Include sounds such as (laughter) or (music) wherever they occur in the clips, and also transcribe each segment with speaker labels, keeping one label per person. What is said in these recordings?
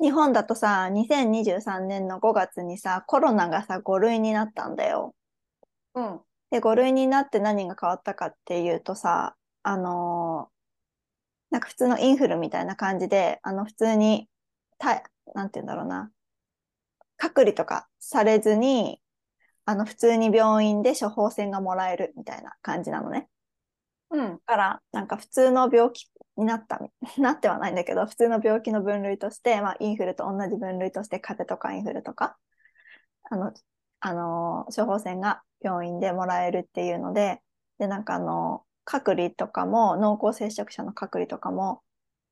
Speaker 1: 日本だとさ、2023年の5月にさ、コロナがさ、5類になったんだよ。
Speaker 2: うん。
Speaker 1: で、5類になって何が変わったかっていうとさ、あのーなんか普通のインフルみたいな感じで、あの、普通に、た、なんて言うんだろうな、隔離とかされずに、あの、普通に病院で処方箋がもらえるみたいな感じなのね。
Speaker 2: うん。
Speaker 1: だから、なんか普通の病気になった、 (laughs) なってはないんだけど、普通の病気の分類として、まあ、インフルと同じ分類として、風邪とかインフルとか、あの、あのー、処方箋が病院でもらえるっていうので、で、なんかあのー、隔離とかも、濃厚接触者の隔離とかも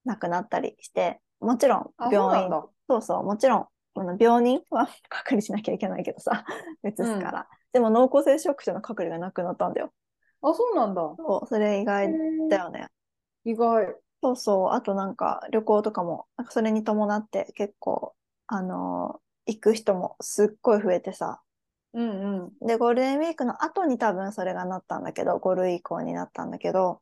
Speaker 1: なくなったりして、もちろん
Speaker 2: あ、そう
Speaker 1: 病
Speaker 2: なん
Speaker 1: 院、
Speaker 2: だ。
Speaker 1: そうそう、もちろん、あの病人は (laughs) 隔離しなきゃいけないけどさ、移
Speaker 2: う
Speaker 1: すか
Speaker 2: ん。
Speaker 1: ら。でも濃厚接触者の隔離がなくなったんだよ。
Speaker 2: あ、そうなんだ。
Speaker 1: そう、それ以
Speaker 2: へ
Speaker 1: 外だ
Speaker 2: え
Speaker 1: よね。
Speaker 2: 意外。
Speaker 1: そうそう、あとなんか旅行とかも、なんかそれに伴って結構、あのー行く人もすっごい増えてさ。
Speaker 2: うんうん。
Speaker 1: で、ゴールデンウィークの後に多分それがなったんだけど、5類移行になったんだけど、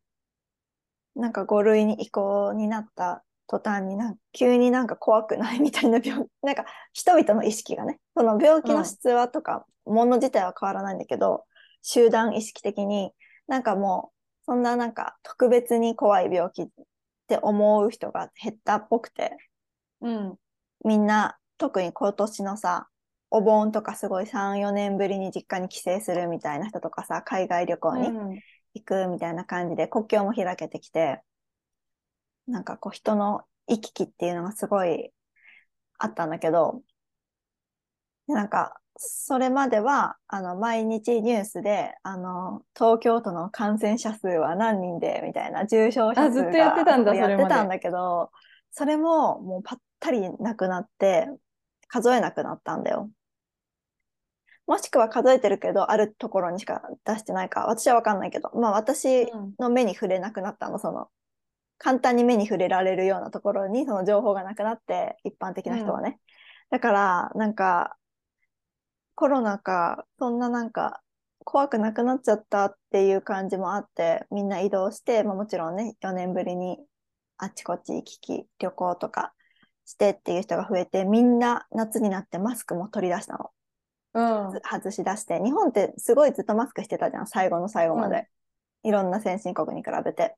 Speaker 1: なんか5類に移行になった途端になんか急になんか怖くないみたいな病、 (laughs) なんか人々の意識がね、その病
Speaker 2: う
Speaker 1: 気の
Speaker 2: ん。
Speaker 1: 質はとか、もの自体は変わらないんだけど、集団意識的になんかもう、そんななんか特別に怖い病気って思う人が減ったっぽくて、
Speaker 2: うん。
Speaker 1: みんな特に今年のさ、お盆とかすごい3、4年ぶりに実家に帰省するみたいな人とかさ、海外旅行
Speaker 2: う
Speaker 1: に
Speaker 2: ん。
Speaker 1: 行くみたいな感じで国境も開けてきて、なんかこう人の行き来っていうのがすごいあったんだけど、なんかそれまではあの毎日ニュースであの東京都の感染者数は何人でみたいな重症者
Speaker 2: あ、ずっ
Speaker 1: 数
Speaker 2: とやって
Speaker 1: が
Speaker 2: た
Speaker 1: そ
Speaker 2: んだ、
Speaker 1: うや
Speaker 2: そ
Speaker 1: っ
Speaker 2: れ
Speaker 1: て
Speaker 2: ま
Speaker 1: たん
Speaker 2: で。
Speaker 1: だけど、それももうぱったりなくなって数えなくなったんだよ。もしくは数えてるけど、あるところにしか出してないか、私はわかんないけど、まあ私
Speaker 2: うん。
Speaker 1: の目に触れなくなったの、その、簡単に目に触れられるようなところにその情報がなくなって、一般的
Speaker 2: う
Speaker 1: な人は
Speaker 2: ん。
Speaker 1: ね。だから、なんか、コロナか、そんななんか、怖くなくなっちゃったっていう感じもあって、みんな移動して、まあもちろんね、4年ぶりにあっちこっち行き来、旅行とかしてっていう人が増えて、みんな夏になってマスクも取り出したの。
Speaker 2: うん。
Speaker 1: ず外し出して、日本ってすごいずっとマスクしてたじゃん、最後の最後
Speaker 2: う
Speaker 1: ま
Speaker 2: ん。
Speaker 1: で。いろんな先進国に比べて。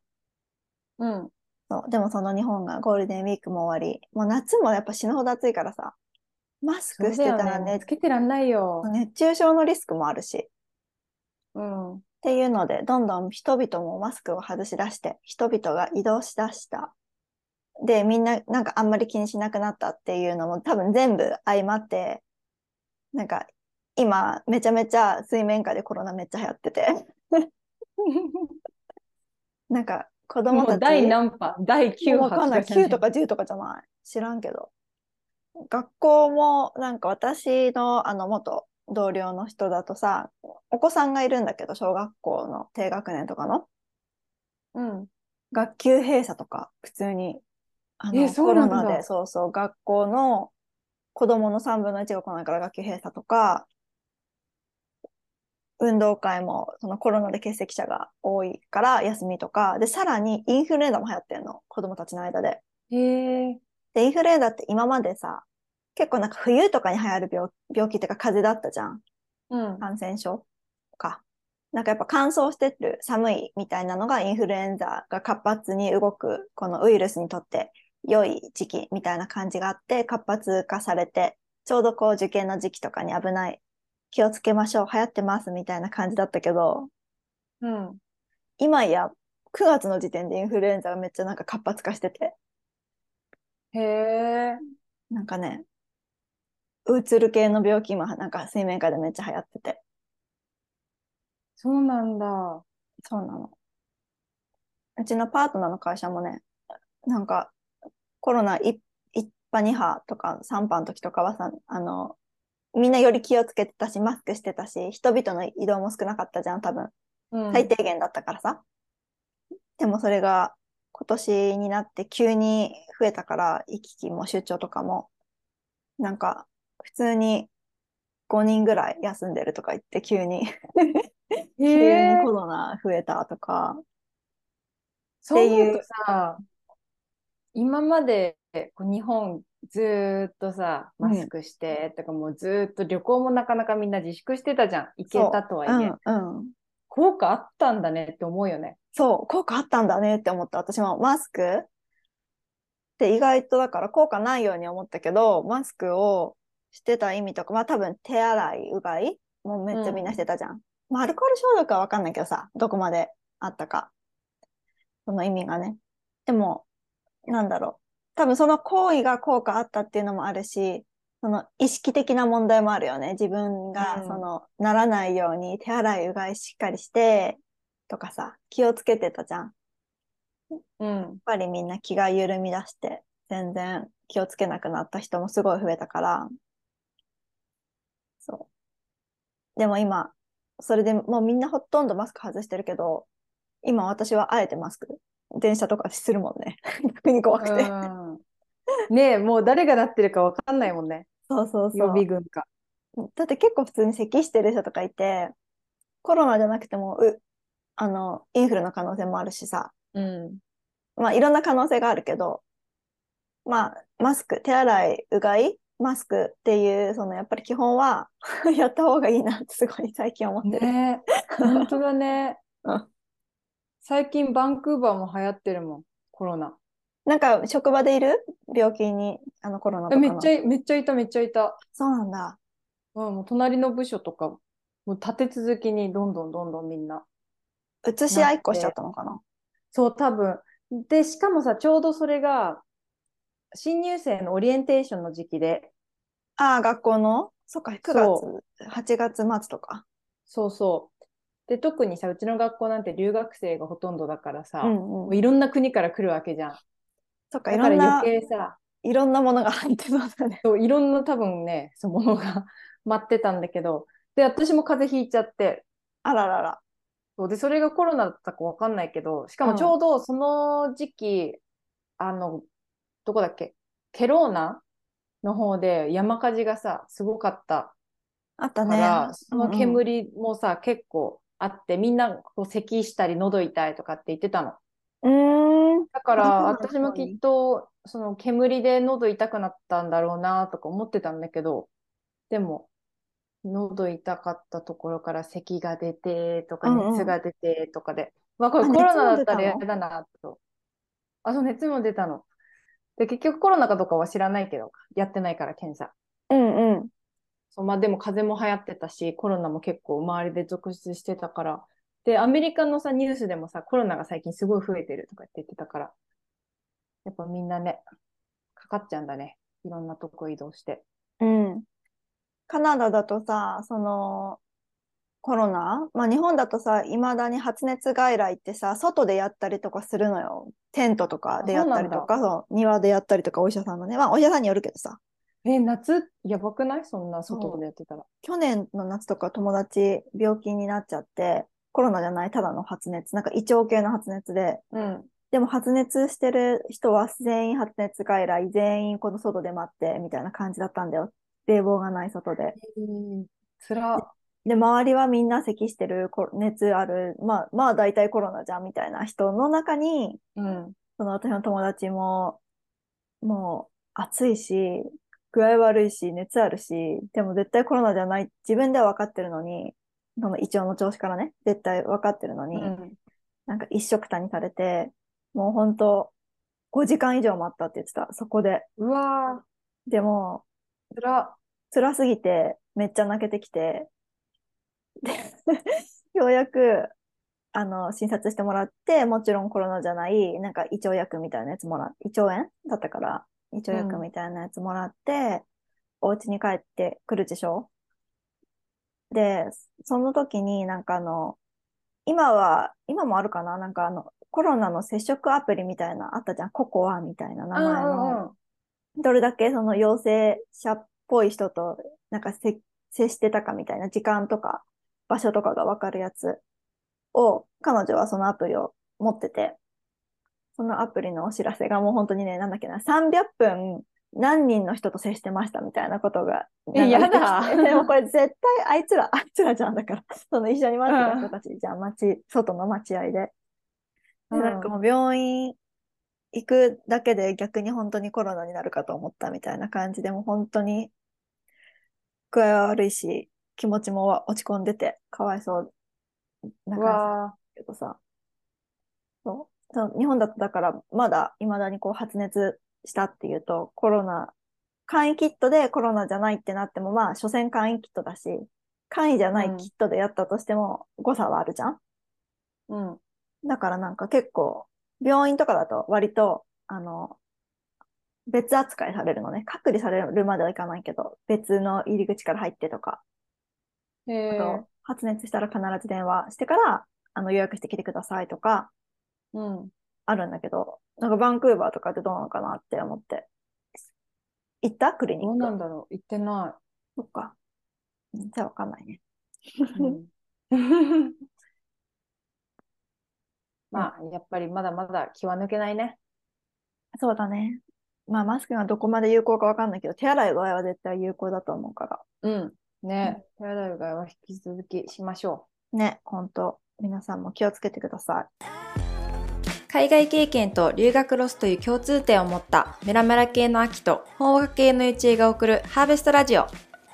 Speaker 2: うん。
Speaker 1: そう。でもその日本がゴールデンウィークも終わり、もう夏もやっぱ死ぬほど暑いからさ、マスク
Speaker 2: そう
Speaker 1: し
Speaker 2: だ
Speaker 1: て
Speaker 2: よ
Speaker 1: た
Speaker 2: ね。
Speaker 1: ら
Speaker 2: もう
Speaker 1: ね、
Speaker 2: つけてらんないよ。
Speaker 1: 熱中症のリスクもあるし、っ
Speaker 2: うん。
Speaker 1: ていうので、どんどん人々もマスクを外し出して、人々が移動しだした。で、みんななんかあんまり気にしなくなったっていうのも多分全部相まって、なんか今めちゃめちゃ水面下でコロナめっちゃ流行ってて、
Speaker 2: (laughs)
Speaker 1: なんか子供
Speaker 2: も
Speaker 1: た
Speaker 2: う第
Speaker 1: ち、
Speaker 2: 何波、第
Speaker 1: もう
Speaker 2: 9
Speaker 1: わ
Speaker 2: 波
Speaker 1: かん
Speaker 2: と
Speaker 1: な
Speaker 2: か
Speaker 1: い。
Speaker 2: じゃな
Speaker 1: 9と
Speaker 2: い。
Speaker 1: か10とかじゃない。知らんけど。学校も、なんか私のあの元同僚の人だとさ、お子さんがいるんだけど、小学校の低学年とかの、
Speaker 2: うん。
Speaker 1: 学級閉鎖とか、普通に、あ
Speaker 2: え、
Speaker 1: の、
Speaker 2: そ
Speaker 1: コ
Speaker 2: う
Speaker 1: ロ
Speaker 2: なん
Speaker 1: ナで、
Speaker 2: だ。
Speaker 1: そうそう、学校の子供の3分の1が来ないから学級閉鎖とか、運動会もそのコロナで欠席者が多いから休みとか、で、さらにインフルエンザも流行ってんの、子供たちの間で。
Speaker 2: へえ。
Speaker 1: で、インフルエンザって今までさ、結構なんか冬とかに流行る病、病気っていうか風邪だったじゃん。
Speaker 2: うん。
Speaker 1: 感染症か。なんかやっぱ乾燥してる寒いみたいなのがインフルエンザが活発に動くこのウイルスにとって良い時期みたいな感じがあって活発化されてちょうどこう受験の時期とかに危ない気をつけましょう流行ってますみたいな感じだったけど
Speaker 2: うん。
Speaker 1: 今や9月の時点でインフルエンザがめっちゃなんか活発化してて
Speaker 2: へえ。
Speaker 1: なんかねうつる系の病気もなんか水面下でめっちゃ流行ってて
Speaker 2: そうなんだ。
Speaker 1: そうなのうちのパートナーの会社もねなんかコロナ1、一波、2波とか3波の時とかはさ、あの、みんなより気をつけてたし、マスクしてたし、人々の移動も少なかったじゃん、多分。
Speaker 2: う
Speaker 1: 最
Speaker 2: ん。
Speaker 1: 低限だったからさ。でもそれが今年になって急に増えたから、行き来も出張とかも、なんか普通に5人ぐらい休んでるとか言って急に (laughs) 急に
Speaker 2: へ
Speaker 1: コ
Speaker 2: え。
Speaker 1: ロナ増えたとかっ
Speaker 2: そう
Speaker 1: て
Speaker 2: 思う
Speaker 1: い
Speaker 2: と
Speaker 1: う、
Speaker 2: さ、今までこう日本ずーっとさ、
Speaker 1: うん
Speaker 2: マスクして、とかもうずーっと旅行もなかなかみんな自粛してたじゃん。行けたとは
Speaker 1: う
Speaker 2: いえ。
Speaker 1: ん、うん。
Speaker 2: 効果あったんだねって思うよね。
Speaker 1: そう、効果あったんだねって思った。私もマスクって意外とだから効果ないように思ったけど、マスクをしてた意味とか、まあ多分手洗い、うがいもうめっちゃみんなしてたじゃん。まあアルコール消毒はわかんないけどさ、どこまであったか。その意味がね。でも、なんだろう。多分その行為が効果あったっていうのもあるし、その意識的な問題もあるよね。自分
Speaker 2: う
Speaker 1: が
Speaker 2: ん
Speaker 1: その、ならないように手洗い、うがいしっかりして、とかさ、気をつけてたじゃん。やっ
Speaker 2: うん。
Speaker 1: ぱりみんな気が緩み出して、全然気をつけなくなった人もすごい増えたから、そう。でも今、それでもうみんなほとんどマスク外してるけど、今私はあえてマスク、電車とかするもんね。 (laughs) 逆に怖くて。
Speaker 2: うんねえ、もう誰がなってるかわかんないもんね。
Speaker 1: そうそうそ
Speaker 2: 予
Speaker 1: う
Speaker 2: 備。軍か。
Speaker 1: だって結構普通に咳してる人とかいて、コロナじゃなくても、う、あの、インフルの可能性もあるしさ、
Speaker 2: うん。
Speaker 1: まあいろんな可能性があるけど、まあマスク、手洗い、うがい、マスクっていう、そのやっぱり基本は (laughs) やった方がいいなってすごい最近思ってる。
Speaker 2: ねえ、本当だね
Speaker 1: うん。
Speaker 2: 最近バンクーバーも流行ってるもん、コロナ。
Speaker 1: なんか職場でいる病気に、あのコロナと
Speaker 2: え
Speaker 1: か
Speaker 2: めっ
Speaker 1: の。
Speaker 2: ちゃい、めっちゃいた、めっちゃいた。
Speaker 1: そうなんだ。
Speaker 2: うん、もう隣の部署とか、もう立て続きにどんどんどんどんみんな。
Speaker 1: うつし合いっこしちゃったのかな。
Speaker 2: そう、多分。で、しかもさ、ちょうどそれが、新入生のオリエンテーションの時期で、
Speaker 1: ああ、学校のそっか、9
Speaker 2: そ
Speaker 1: 月、8月末とか。
Speaker 2: そうそう。で、特にさ、うちの学校なんて留学生がほとんどだからさ、
Speaker 1: う
Speaker 2: も
Speaker 1: んう。
Speaker 2: うんいろんな国から来るわけじゃん。
Speaker 1: そっか、い
Speaker 2: だ
Speaker 1: ろ
Speaker 2: から
Speaker 1: んな、
Speaker 2: 余計さ、
Speaker 1: いろんなものが入ってそうだね。 (laughs)
Speaker 2: そういろんな多分ね、そうものが (laughs) 待ってたんだけど、で、私も風邪ひいちゃって、
Speaker 1: あららら。
Speaker 2: そうで、それがコロナだったかわかんないけど、しか
Speaker 1: う
Speaker 2: も
Speaker 1: ん
Speaker 2: ちょうどその時期、あの、どこだっけ、ケローナの方で山火事がさ、すごかった
Speaker 1: あった
Speaker 2: か
Speaker 1: ね。
Speaker 2: ら、その
Speaker 1: うんうん
Speaker 2: 煙もさ、結構あって、みんなこう咳したり喉痛いとかって言ってたの。
Speaker 1: うーん。
Speaker 2: だから
Speaker 1: あそうなんだ
Speaker 2: 私もきっとその煙で喉痛くなったんだろうなとか思ってたんだけどでも喉痛かったところから咳が出てとか
Speaker 1: うんうん
Speaker 2: 熱が出てとかで、まあこれ
Speaker 1: あ
Speaker 2: コロナだったら
Speaker 1: 熱
Speaker 2: や
Speaker 1: も出
Speaker 2: だなとあそう熱も出たので結局コロナかどうかは知らないけどやってないから検査
Speaker 1: うんうん。
Speaker 2: そうまあでも風邪も流行ってたしコロナも結構周りで続出してたからでアメリカのさニュースでもさコロナが最近すごい増えてるとかって言ってたからやっぱみんなねかかっちゃうんだねいろんなとこ移動して
Speaker 1: うん。カナダだとさ、その、コロナまあ日本だとさ、いまだに発熱外来ってさ、外でやったりとかするのよ。テントとかでやったりとか、そう、庭でやったりとか、お医者さんのね。まあお医者さんによるけどさ、
Speaker 2: え夏やばくないそんな外でやってたら
Speaker 1: 去年の夏とか友達病気になっちゃって、コロナじゃない、ただの発熱。なんか胃腸系の発熱で、
Speaker 2: うん
Speaker 1: でも発熱してる人は全員発熱外来、全員この外で待って、みたいな感じだったんだよ。冷房がない外で。
Speaker 2: つら
Speaker 1: で、周りはみんな咳してる、こ熱ある、まあ、まあ大体コロナじゃんみたいな人の中に、
Speaker 2: うん
Speaker 1: その私の友達も、もう暑いし、具合悪いし、熱あるし、でも絶対コロナじゃない、自分では分かってるのに、その胃腸の調子からね、絶対分かってるの
Speaker 2: う
Speaker 1: に、
Speaker 2: ん
Speaker 1: なんか一緒くたにされて、もうほんと、5時間以上待ったって言ってた、そこで。
Speaker 2: うわ
Speaker 1: でも、
Speaker 2: ーつら
Speaker 1: 辛すぎて、めっちゃ泣けてきて、 (laughs) で、ようやく、あの、診察してもらって、もちろんコロナじゃない、なんか胃腸薬みたいなやつもら、胃腸炎だったから、胃腸薬みたいなやつもらって、お家に帰ってくるでしょで、その時になんかあの、今は、今もあるかななんかあの、コロナの接触アプリみたいな、あったじゃん。ココアみたいな名前の。
Speaker 2: うん
Speaker 1: どれだけその陽性者っぽい人となんかせ接してたかみたいな時間とか場所とかがわかるやつを彼女はそのアプリを持ってて、そのアプリのお知らせがもう本当にね、なんだっけな、300分何人の人と接してましたみたいなことが
Speaker 2: え
Speaker 1: 流れてきて。
Speaker 2: やだ
Speaker 1: でもこれ絶対あいつら、あいつらじゃんだから、その一緒に待ってた人たちじゃん、街、外の待合で。で、
Speaker 2: うん
Speaker 1: なんかもう病院、行くだけで逆に本当にコロナになるかと思ったみたいな感じでもう本当に具合は悪いし気持ちも落ち込んでてかわいそうな感じだ
Speaker 2: わ
Speaker 1: けどさそうその日本だとだからまだいまだにこう発熱したっていうとコロナ簡易キットでコロナじゃないってなってもまあ所詮簡易キットだし簡易じゃないキットでやったとしても誤差はあるじゃん
Speaker 2: ーうん。
Speaker 1: だからなんか結構、病院とかだと割と、あの、別扱いされるのね。隔離されるまではいかないけど、別の入り口から入ってとか、
Speaker 2: へ
Speaker 1: あ
Speaker 2: え。
Speaker 1: と、発熱したら必ず電話してから、あの、予約してきてくださいとか、
Speaker 2: うん。
Speaker 1: あるんだけど、なんかバンクーバーとかってどうなのかなって思って。行ったクリニッ
Speaker 2: ど
Speaker 1: ク。
Speaker 2: うなんだろう行ってな
Speaker 1: そっか。うんじゃあわかんないね。
Speaker 2: い。うん、 (laughs) まあ、やっぱりまだまだ気は抜けないね。
Speaker 1: そうだね。まあ、マスクがどこまで有効かわかんないけど、手洗いうがいは絶対有効だと思うから。
Speaker 2: うん。ね、手洗いうがいは引き続きしましょ
Speaker 1: ね、本当皆さんも気をつけてください。
Speaker 2: う。海外経験と留学ロスという共通点を持ったメラメラ系の秋と法学系のゆちえが送るハーベストラジオ。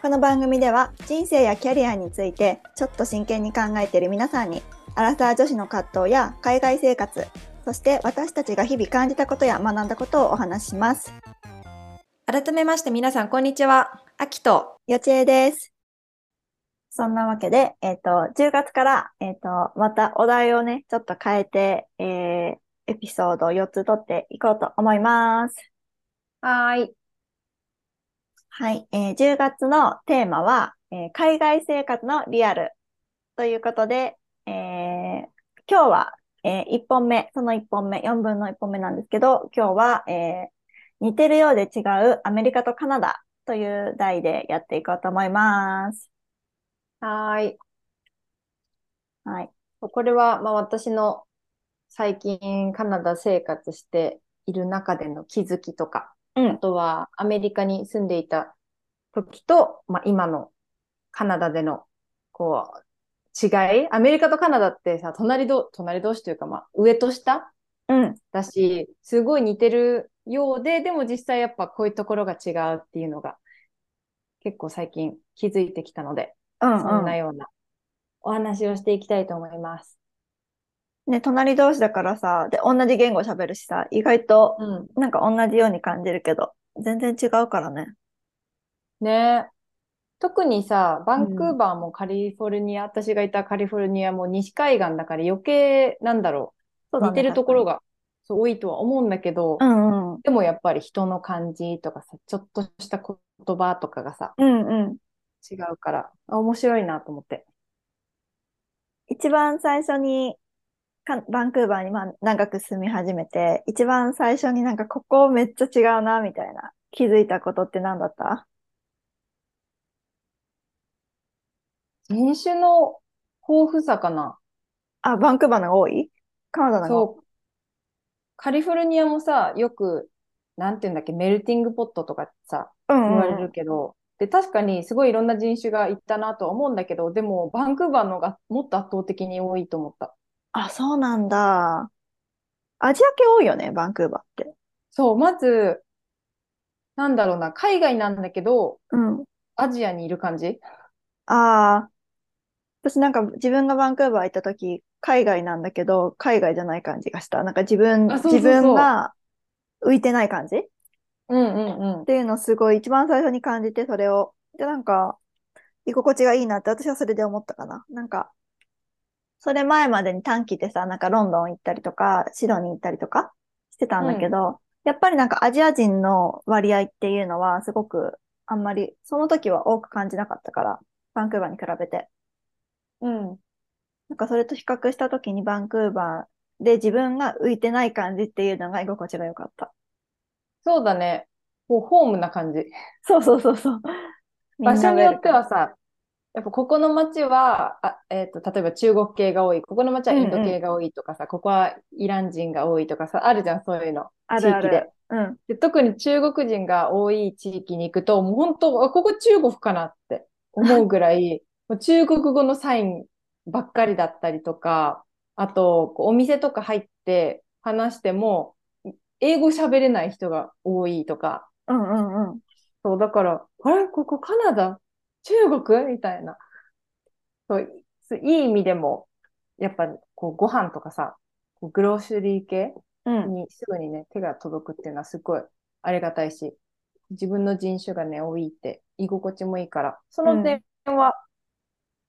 Speaker 1: この番組では人生やキャリアについてちょっと真剣に考えている皆さんに、アラサー女子の葛藤や海外生活、そして私たちが日々感じたことや学んだことをお話しします。
Speaker 2: 改めまして皆さん、こんにちは。秋と。
Speaker 1: よちえです。そんなわけで、えっ、と、10月から、えっ、と、またお題をね、ちょっと変えて、えーエピソードを4つ取っていこうと思います。
Speaker 2: はーい。
Speaker 1: はい、えー10月のテーマは、えー海外生活のリアルということで、えー今日は、え1本目、その1本目、4分の1本目なんですけど、今日は、えー似てるようで違うアメリカとカナダという題でやっていこうと思います。
Speaker 2: はーい。
Speaker 1: はい。
Speaker 2: これは、まあ、私の最近カナダ生活している中での気づきとか、
Speaker 1: うん
Speaker 2: あとはアメリカに住んでいた時と、まあ、今のカナダでのこう違い、アメリカとカナダってさ、隣ど、隣同士というか、まあ、上と下
Speaker 1: うん。
Speaker 2: だし、すごい似てるようで、でも実際やっぱこういうところが違うっていうのが結構最近気づいてきたので、
Speaker 1: うん、うん。
Speaker 2: そんなようなお話をしていきたいと思います。
Speaker 1: ね、隣同士だからさ、で、同じ言語喋るしさ、意外と、
Speaker 2: うん。
Speaker 1: なんか同じように感じるけど、全然違うからね。
Speaker 2: ね特にさ、バンクーバーもカリフォルニア、私がいたカリフォルニアも西海岸だから余計なんだろ
Speaker 1: そう
Speaker 2: う、
Speaker 1: だね
Speaker 2: 似てるところ。がそう多いとは思うんだけど、
Speaker 1: 確かにうんうん。
Speaker 2: でもやっぱり人の感じとかさ、ちょっとした言葉とかがさ、
Speaker 1: うんうん。
Speaker 2: 違うから、あ面白いなと思って。
Speaker 1: 一番最初にかバンクーバーにまあ長く住み始めて、一番最初になんかここめっちゃ違うなみたいな気づいたことって何だった
Speaker 2: 人種の豊富さかな。
Speaker 1: あ、バンクーバーのが多いカナダのが多い
Speaker 2: そう。カリフォルニアもさ、よく、なんていうんだっけ、メルティングポットとかさ、
Speaker 1: うん
Speaker 2: 言
Speaker 1: うん
Speaker 2: われるけど、で、確かにすごいいろんな人種がいったなとは思うんだけど、でも、バンクーバーのがもっと圧倒的に多いと思った。
Speaker 1: あ、そうなんだ。アジア系多いよね、バンクーバーって。
Speaker 2: そう、まず、なんだろうな、海外なんだけど、
Speaker 1: うん。
Speaker 2: アジアにいる感じ
Speaker 1: ああ、私なんか自分がバンクーバー行った時、海外なんだけど、海外じゃない感じがした。なんか自分、
Speaker 2: あそうそうそう
Speaker 1: 自分が浮いてない感じ
Speaker 2: うんうんうん
Speaker 1: っ。ていうのをすごい一番最初に感じて、それを。で、なんか、居心地がいいなって私はそれで思ったかな。なんか、それ前までに短期でさ、なんかロンドン行ったりとか、シドニー行ったりとかしてたんだけど、やっぱりなんかアジア人の割合っていうのはすごくあんまり、その時は多く感じなかったから、バンクーバーに比べて。
Speaker 2: うん。
Speaker 1: なんかそれと比較した時にバンクーバーで自分が浮いてない感じっていうのが居心地が良かった。
Speaker 2: そうだね。こう、ホームな感じ。
Speaker 1: そうそうそうそう。みん
Speaker 2: 場
Speaker 1: な
Speaker 2: 所によ
Speaker 1: ウェル
Speaker 2: って
Speaker 1: カム
Speaker 2: はさ、やっぱここの街は、あえーと、例えば中国系が多い、ここの街はインド系が多いとかさ、ここはイラン人が多いとかさ、あるじゃん、そういうの。
Speaker 1: あるあ
Speaker 2: 地域で
Speaker 1: る。うん。
Speaker 2: で、特に中国人が多い地域に行くと、もう本当、あここ中国かなって思うぐらい、もう中国語のサインばっかりだったりとか、あと、こうお店とか入って話しても、英語喋れない人が多いとか、
Speaker 1: うんうんうん。
Speaker 2: そう、だから、あれここカナダ中国みたいな。そう、そういい意味でも、やっぱ、こう、ご飯とかさ、こうグローシュリー系
Speaker 1: うん。
Speaker 2: にすぐにね、手が届くっていうのはすごいありがたいし、自分の人種がね、多いって、居心地もいいから、その点は、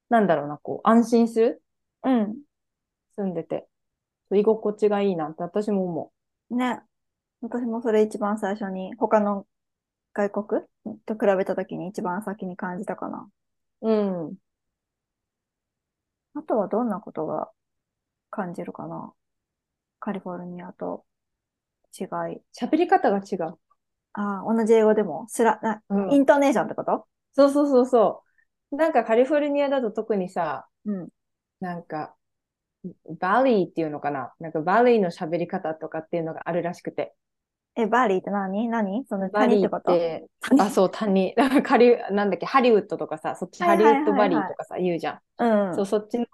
Speaker 2: なんだろうな、こう、安心する
Speaker 1: うん。
Speaker 2: 住んでて。そう居心地がいいなって私も思
Speaker 1: ね。私もそれ一番最初に、他の外国と比べたときに一番先に感じたかな。
Speaker 2: う。うん。
Speaker 1: あとはどんなことが感じるかな。カリフォルニアと違い。
Speaker 2: 喋り方が違う。
Speaker 1: ああ、同じ英語でも、スラ、な、
Speaker 2: うん
Speaker 1: イントネーションってこと
Speaker 2: そうそうそうそう。なんかカリフォルニアだと特にさ、
Speaker 1: うん。
Speaker 2: なんか、バリーっていうのかななんかバリーの喋り方とかっていうのがあるらしくて。
Speaker 1: え、バリーって何何その
Speaker 2: バ
Speaker 1: 何っ
Speaker 2: リ
Speaker 1: て
Speaker 2: ー
Speaker 1: こ
Speaker 2: っ
Speaker 1: と
Speaker 2: て、
Speaker 1: 谷
Speaker 2: あ、そう、谷。 (laughs) なんかカリ、なんだっけ、ハリウッドとかさ、そっち
Speaker 1: はい
Speaker 2: ハ
Speaker 1: はいはいは
Speaker 2: リウ
Speaker 1: い
Speaker 2: ッドバリーとかさ、言うじゃん。
Speaker 1: うん。
Speaker 2: そう、そっちの、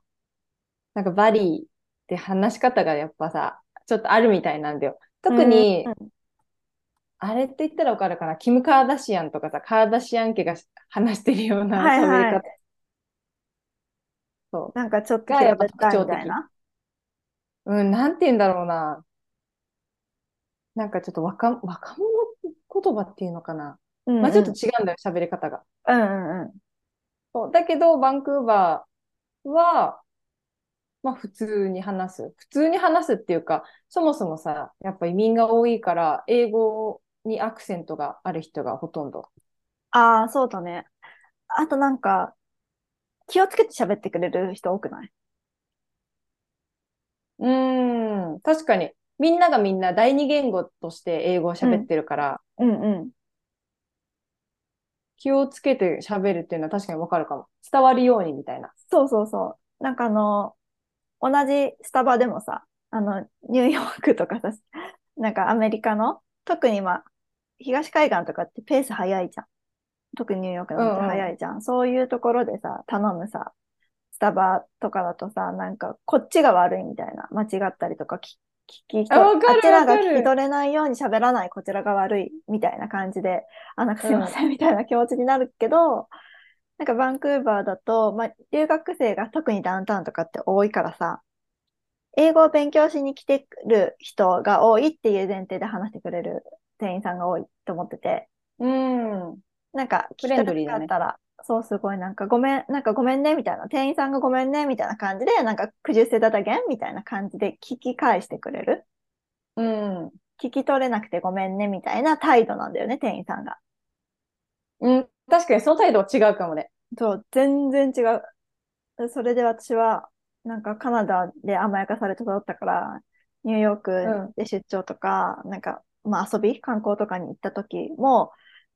Speaker 2: なんかバリーって話し方がやっぱさ、ちょっとあるみたいなんだよ。特に、あれって言ったらわかるかなキム・カーダシアンとかさ、カーダシアン家が話してるような
Speaker 1: はい
Speaker 2: 喋り方。
Speaker 1: はい
Speaker 2: そ
Speaker 1: なんかちょっと
Speaker 2: が
Speaker 1: 平
Speaker 2: やっぱ
Speaker 1: べったい
Speaker 2: 特徴
Speaker 1: みたいな。
Speaker 2: う。うん、なんて言うんだろうな。なんかちょっと若、若者言葉っていうのかな。
Speaker 1: うん
Speaker 2: まあちょっと
Speaker 1: うん
Speaker 2: 違うんだよ、喋り方が。
Speaker 1: うんうんうん。
Speaker 2: そう。だけど、バンクーバーは、まあ普通に話す。普通に話すっていうか、そもそもさ、やっぱ移民が多いから、英語にアクセントがある人がほとんど。
Speaker 1: ああ、そうだね。あとなんか、気をつけて喋ってくれる人多くない
Speaker 2: うーん、確かに。みんながみんな第二言語として英語を喋ってるから、
Speaker 1: うんうん。
Speaker 2: 気をつけて喋るっていうのは確かにわかるかも。伝わるようにみたいな。
Speaker 1: そうそうそう。なんかあの、同じスタバでもさ、あの、ニューヨークとかさ、 (laughs) なんかアメリカの、特にまあ、東海岸とかってペース早いじゃん。特にニューヨークなんて
Speaker 2: うんうん
Speaker 1: 早いじゃん。そういうところでさ、頼むさ、スタバとかだとさ、なんかこっちが悪いみたいな、間違ったりとかき聞き取
Speaker 2: あわかる
Speaker 1: あっちらが
Speaker 2: わかる
Speaker 1: 聞き取れないように喋らない、こちらが悪いみたいな感じで、あ、なんかすいませんみたいな気持ちになるけど、なんかバンクーバーだと、まあ、留学生が特にダウンタウンとかって多いからさ、英語を勉強しに来てる人が多いっていう前提で話してくれる店員さんが多いと思ってて、
Speaker 2: うーん。
Speaker 1: なんか聞き取
Speaker 2: フレ
Speaker 1: れ
Speaker 2: ンドリー
Speaker 1: な
Speaker 2: だ
Speaker 1: か
Speaker 2: ね
Speaker 1: ったら、そうすごいなんかごめん、なんかごめんねみたいな、店員さんがごめんねみたいな感じで、なんか苦渋せだたげんみたいな感じで聞き返してくれる。
Speaker 2: うん。
Speaker 1: 聞き取れなくてごめんねみたいな態度なんだよね、店員さんが。
Speaker 2: うん。確かにその態度は違うかもね。
Speaker 1: そう、全然違う。それで私は、なんかカナダで甘やかされて育ったから、ニューヨークで出張とか、なんか、まあ遊び、観光とかに行った時も、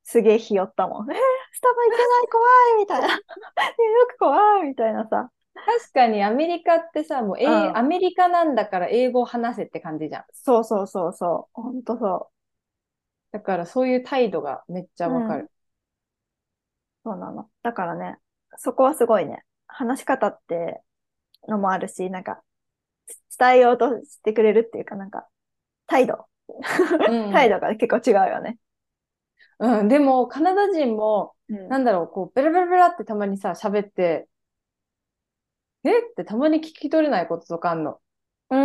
Speaker 1: すげえひよったもん。えー、スタバ行けない、怖いみたいな。ニュ (laughs) ーヨーク怖いみたいなさ。
Speaker 2: 確かにアメリカってさ、もう、え
Speaker 1: うん
Speaker 2: アメリカなんだから英語を話せって感じじゃん。
Speaker 1: そうそうそうそう。ほんとそう。
Speaker 2: だからそういう態度がめっちゃわかる。
Speaker 1: そうなの。だからね、そこはすごいね、話し方ってのもあるし、なんか、つ伝えようとしてくれるっていうか、なんか、態度。
Speaker 2: うん
Speaker 1: (laughs) 態度が結構違うよね。
Speaker 2: うん。でも、カナダ人も、
Speaker 1: うん
Speaker 2: なんだろう、こう、ベラベラベラってたまにさ、喋って、えってたまに聞き取れないこととかあんの。
Speaker 1: うー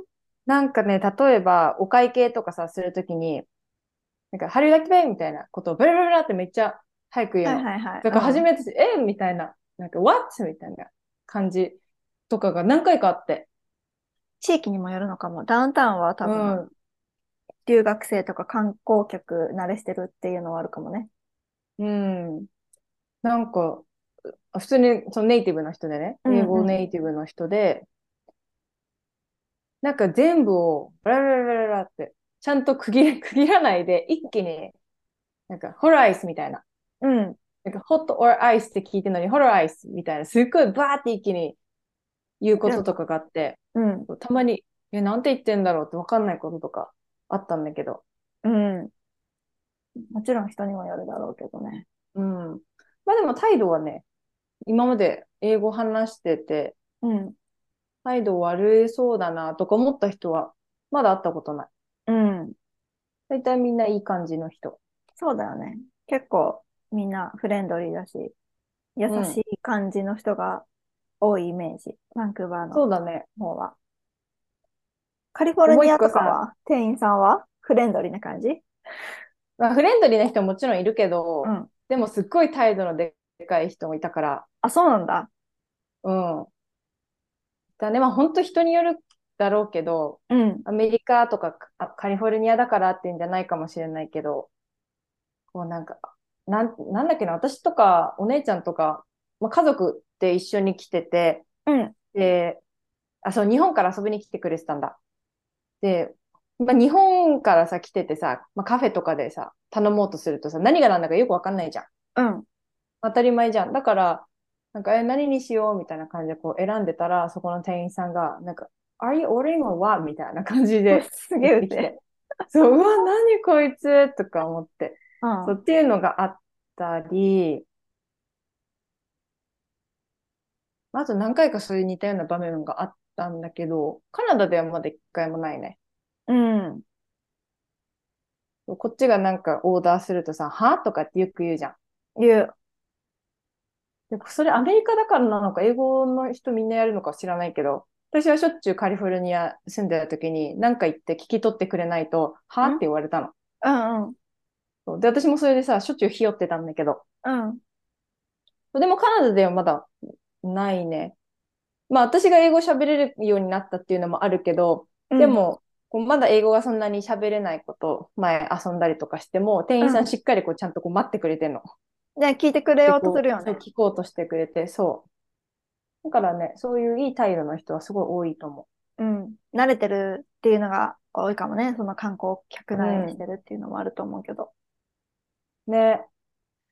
Speaker 1: ん。
Speaker 2: なんかね、例えば、お会計とかさ、するときに、なんか、ハリューダキペンみたいなことをベラベラベラってめっちゃ早く言う
Speaker 1: は
Speaker 2: の。
Speaker 1: いはいはい。
Speaker 2: だから、初
Speaker 1: め、
Speaker 2: めて、えみたいな、なんか、what? みたいな感じとかが何回かあって。
Speaker 1: 地域にもよるのかも。ダウンタウンは多
Speaker 2: う
Speaker 1: 分、
Speaker 2: ん。
Speaker 1: 留学生とか観光客慣れしてるっていうのはあるかもね。
Speaker 2: うん。なんか、普通にそのネイティブの人でね、
Speaker 1: うんうん
Speaker 2: 英語ネイティブの人で、なんか全部をブラブラブラブラって、ちゃんと区切 (laughs) 区切らないで、一気に、なんか、ホライスみたいな。
Speaker 1: うん。
Speaker 2: なんか、hot or ice って聞いてるのに、ホライスみたいな、すっごいバーって一気に言うこととかがあって、
Speaker 1: うん。
Speaker 2: たまに、え、なんて言ってんだろうってわかんないこととかあったんだけど。
Speaker 1: うん。もちろん人にもよるだろうけどね。
Speaker 2: うん。まあでも態度はね、今まで英語話してて、
Speaker 1: うん。
Speaker 2: 態度悪そうだなとか思った人は、まだ会ったことない。
Speaker 1: うん。
Speaker 2: 大体みんないい感じの人。
Speaker 1: そうだよね。結構みんなフレンドリーだし、優しい感じの人が多いイメージ、バンクーバーの
Speaker 2: そうだね。
Speaker 1: 方は。カリフォルニアとか
Speaker 2: も
Speaker 1: は、店員さんはフレンドリーな感じ
Speaker 2: まあ、フレンドリーな人ももちろんいるけど、
Speaker 1: うん。
Speaker 2: でもすっごい態度のでかい人もいたから、
Speaker 1: あ、そうなんだ。
Speaker 2: うん。だね、まあ本当人によるだろうけど、
Speaker 1: うん。
Speaker 2: アメリカとかカカリフォルニアだからっていうんじゃないかもしれないけど、こうなんか、なん、なんだっけな、私とかお姉ちゃんとか、まあ、家族で一緒に来てて、
Speaker 1: うん。
Speaker 2: で、あ、そう、日本から遊びに来てくれてたんだ。で、まあ、日本からさ、来ててさ、まあ、カフェとかでさ、頼もうとするとさ、何が何だかよくわかんないじゃん。
Speaker 1: うん。
Speaker 2: 当たり前じゃん。だから、なんか、え、何にしようみたいな感じでこう選んでたら、そこの店員さんが、なんか、Are you ordering or what? みたいな感じで
Speaker 1: すげえ
Speaker 2: 言って
Speaker 1: う
Speaker 2: き
Speaker 1: ぜ
Speaker 2: て。そう、うわ、何こいつとか思って。
Speaker 1: うん
Speaker 2: そうっていうのがあったり、あと何回かそういう似たような場面があったんだけど、カナダではまだ一回もないね。
Speaker 1: うん。
Speaker 2: こっちがなんかオーダーするとさ、はとかってよく言うじゃん。
Speaker 1: 言う。
Speaker 2: でそれアメリカだからなのか、英語の人みんなやるのか知らないけど、私はしょっちゅうカリフォルニア住んでた時に何か言って聞き取ってくれないと、はって言われたの。
Speaker 1: うんうん。
Speaker 2: そうで、私もそれでさ、しょっちゅうひよってたんだけど、
Speaker 1: うん。
Speaker 2: でもカナダではまだないね。まあ私が英語喋れるようになったっていうのもあるけど、
Speaker 1: うん
Speaker 2: で、も、こうまだ英語がそんなに喋れないこと、前遊んだりとかしても、店員
Speaker 1: う
Speaker 2: さ
Speaker 1: ん
Speaker 2: んしっかりこうちゃんとこう待ってくれてんの。
Speaker 1: ね、聞いてくれようとするよ
Speaker 2: そう
Speaker 1: ね。
Speaker 2: 聞こうとしてくれて、そう。だからね、そういういい態度の人はすごい多いと思
Speaker 1: うん。慣れてるっていうのが多いかもね。その観光客慣れしてるっていうのもあると思うけど。
Speaker 2: う。ね。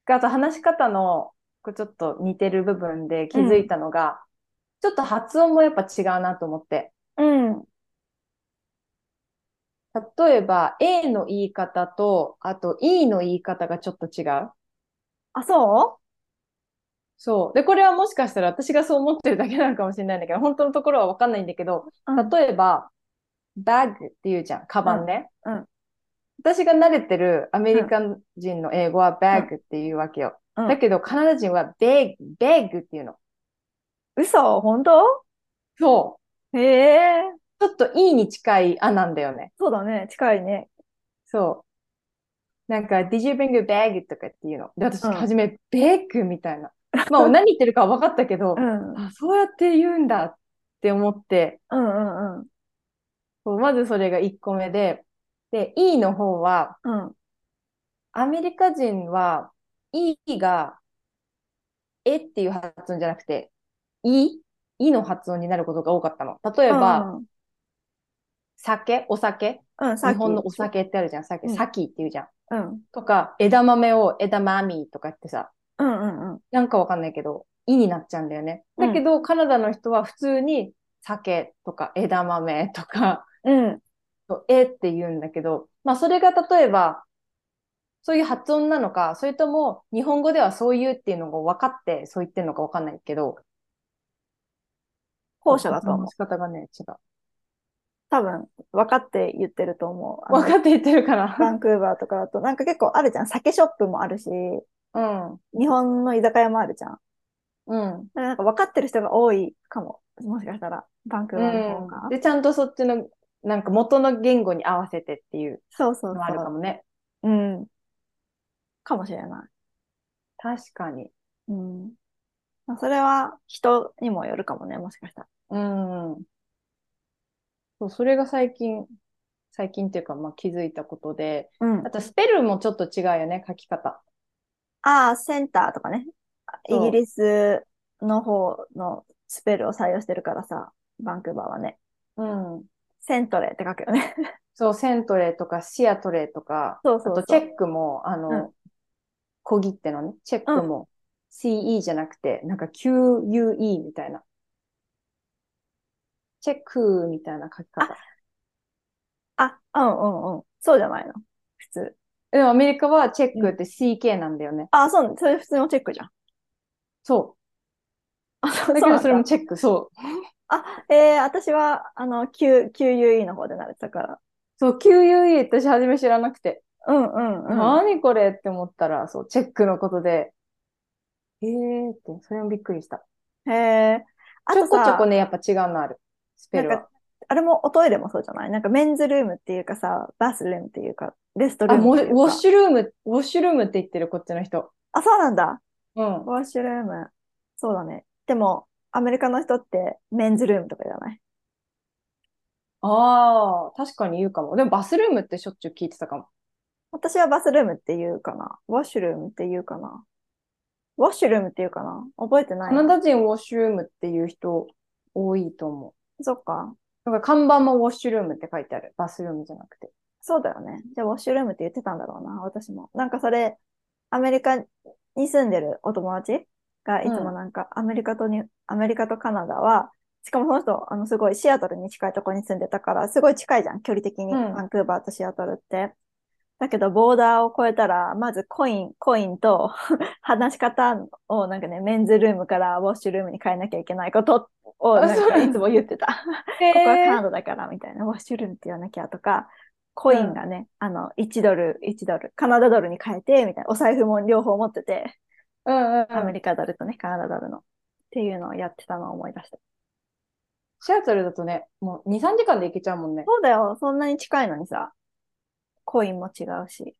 Speaker 2: あと話し方の、こうちょっと似てる部分で気づいたのが、ちょっと発音もやっぱ違うなと思って。
Speaker 1: うん。
Speaker 2: 例えば、A の言い方と、あと E の言い方がちょっと違う。
Speaker 1: あ、そ
Speaker 2: そう。で、これはもしかしたら私がそう思ってるだけなのかもしれないんだけど、本当のところはわかんないんだけど、
Speaker 1: ううん
Speaker 2: 例えば、バッグっていうじゃん、カバンね。
Speaker 1: うんうん
Speaker 2: 私が慣れてるアメリカ人の英語はバッグっていうわけよ。
Speaker 1: うん
Speaker 2: だけど、カナダ人はベッグ、ベッグっていうの。
Speaker 1: 嘘本当
Speaker 2: そ
Speaker 1: へえ。
Speaker 2: う。ちょっと E に近いあなんだよね。
Speaker 1: そうだね。近いね。
Speaker 2: そう。なんか、Did you bring your bag? とかっていうの。で、私、
Speaker 1: うん
Speaker 2: 初め、ベッグみたいな。まあ、何言ってるかは分かったけど
Speaker 1: う、ん。うん
Speaker 2: あ、そうやって言うんだって思って、
Speaker 1: うんうん。
Speaker 2: こうまずそれが1個目で、で、E の方は、
Speaker 1: うん。
Speaker 2: アメリカ人は、E が、えっていう発音じゃなくて、E、E の発音になることが多かったの。例えば、
Speaker 1: うん、
Speaker 2: 酒、お酒、
Speaker 1: うん、さっ
Speaker 2: 日
Speaker 1: き。
Speaker 2: 本のお酒ってあるじゃん、酒、
Speaker 1: うん
Speaker 2: 酒っていうじゃん。
Speaker 1: うん。
Speaker 2: とか、枝豆を枝豆とか言ってさ、
Speaker 1: うんうんうん。
Speaker 2: なんかわかんないけど、いになっちゃうんだよね。
Speaker 1: うん
Speaker 2: だけど、カナダの人は普通に酒とか枝豆とか、 (laughs)
Speaker 1: うん。
Speaker 2: えって言うんだけど、まあそれが例えば、そういう発音なのか、それとも日本語ではそういうっていうのが分かってそう言ってるのか分かんないけど、
Speaker 1: 後者だと思う
Speaker 2: 発音の。仕方がね、違う。
Speaker 1: 多分、分かって言ってると思う。あの
Speaker 2: 分かって言ってる
Speaker 1: (laughs)
Speaker 2: から。
Speaker 1: バンクーバーとかだと、なんか結構あるじゃん。酒ショップもあるし、
Speaker 2: うん。
Speaker 1: 日本の居酒屋もあるじゃん。だ
Speaker 2: うん。
Speaker 1: からなんか分かってる人が多いかも。もしかしたら、バンクーバーの方が。
Speaker 2: で、ちゃんとそっちの、なんか元の言語に合わせてっていう
Speaker 1: そうそうそう。
Speaker 2: のがあるかもね。
Speaker 1: うん。かもしれない。
Speaker 2: 確かに。
Speaker 1: うん。まあそれは人にもよるかもね、もしかしたら。
Speaker 2: うん。そう、それが最近、最近っていうか、まあ、気づいたことで、
Speaker 1: うん
Speaker 2: あ。とスペルもちょっと違うよね、書き方。
Speaker 1: ああ、センターとかね。イ
Speaker 2: そう
Speaker 1: ギリスの方のスペルを採用してるからさ、バンクーバーはね。
Speaker 2: うん。
Speaker 1: セントレって書くよね。
Speaker 2: そう、セントレとかシアトレとか、
Speaker 1: そう
Speaker 2: あ
Speaker 1: そう
Speaker 2: とチ
Speaker 1: そう。
Speaker 2: ェックも、あの、
Speaker 1: うん
Speaker 2: 小切手のね、チェックも CE じゃなくて、なんか QUE みたいな。チェックみたいな書き方。
Speaker 1: あ、うんうんうん。そうじゃないの。普通。
Speaker 2: でもアメリカはチェックって CK なんだよね。
Speaker 1: ああ、そう、それ普通のチェックじゃん。
Speaker 2: そ。
Speaker 1: あ、 (laughs) そうう、そう
Speaker 2: だけど
Speaker 1: なん
Speaker 2: それも
Speaker 1: だ。
Speaker 2: チェック、そう。
Speaker 1: あ、えー、私は、あの、Q、QUE の方で慣れてたから。
Speaker 2: そう、QUE 私初め知らなくて、
Speaker 1: うんうんうん。
Speaker 2: 何これって思ったら、そう、チェックのことで、えーって、それもびっくりした。
Speaker 1: へえ。あ
Speaker 2: ちょ
Speaker 1: と
Speaker 2: こちょ
Speaker 1: さ
Speaker 2: こ、ね、やっぱ違うのある。スペル
Speaker 1: なん
Speaker 2: は
Speaker 1: か。、あれもおトイレもそうじゃないなんかメンズルームっていうかさ、バスルームっていうか、レストル
Speaker 2: あ、
Speaker 1: ー
Speaker 2: も
Speaker 1: ム
Speaker 2: う
Speaker 1: っ
Speaker 2: ウ
Speaker 1: ていうか
Speaker 2: ォッシュルーム、ウォッシュルームって言ってる、こっちの人。
Speaker 1: あ、そうなんだ。
Speaker 2: うん。
Speaker 1: ウォッシュルーム。そうだね。でも、アメリカの人ってメンズルームとかじゃない
Speaker 2: ああ、確かに言うかも。でもバスルームってしょっちゅう聞いてたかも。
Speaker 1: 私はバスルームって言うかな。ウォッシュルームって言うかな。ウォッシュルームって言うかな。覚えてな
Speaker 2: カ
Speaker 1: いな
Speaker 2: ナダ人ウォッシュルームっていう人多いと思
Speaker 1: そっか。
Speaker 2: う。なんか看板もウォッシュルームって書いてある。バスルームじゃなくて。
Speaker 1: そうだよね。じゃあ、ウォッシュルームって言ってたんだろうな、私も。なんかそれ、アメリカに住んでるお友達がいつもなんか、アメリカとに、アメリカとカナダは、しかもその人、あの、すごいシアトルに近いところに住んでたから、すごい近いじゃん、距離的に、
Speaker 2: うん
Speaker 1: バンクーバーとシアトルって。だけど、ボーダーを越えたら、まずコイン、コインと (laughs) 話し方をなんかね、メンズルームからウォッシュルームに変えなきゃいけないことを、
Speaker 2: あ
Speaker 1: なん
Speaker 2: そうな
Speaker 1: か
Speaker 2: んだ
Speaker 1: いつも言ってた。
Speaker 2: へ
Speaker 1: ここはカナ
Speaker 2: ー
Speaker 1: ダだからみたいな、ウォッシュルームって言わなきゃとか、コインがね、あの、1ドル、1ドル、カナダドルに変えて、みたいな、お財布も両方持ってて、
Speaker 2: うん
Speaker 1: ア
Speaker 2: うんう
Speaker 1: メ
Speaker 2: ん。
Speaker 1: リカドルとね、カナダドルの、っていうのをやってたのを思い出した。
Speaker 2: シアトルだとね、もう2、3時間で行けちゃうもんね。
Speaker 1: そうだよ、そんなに近いのにさ、コインも違うし、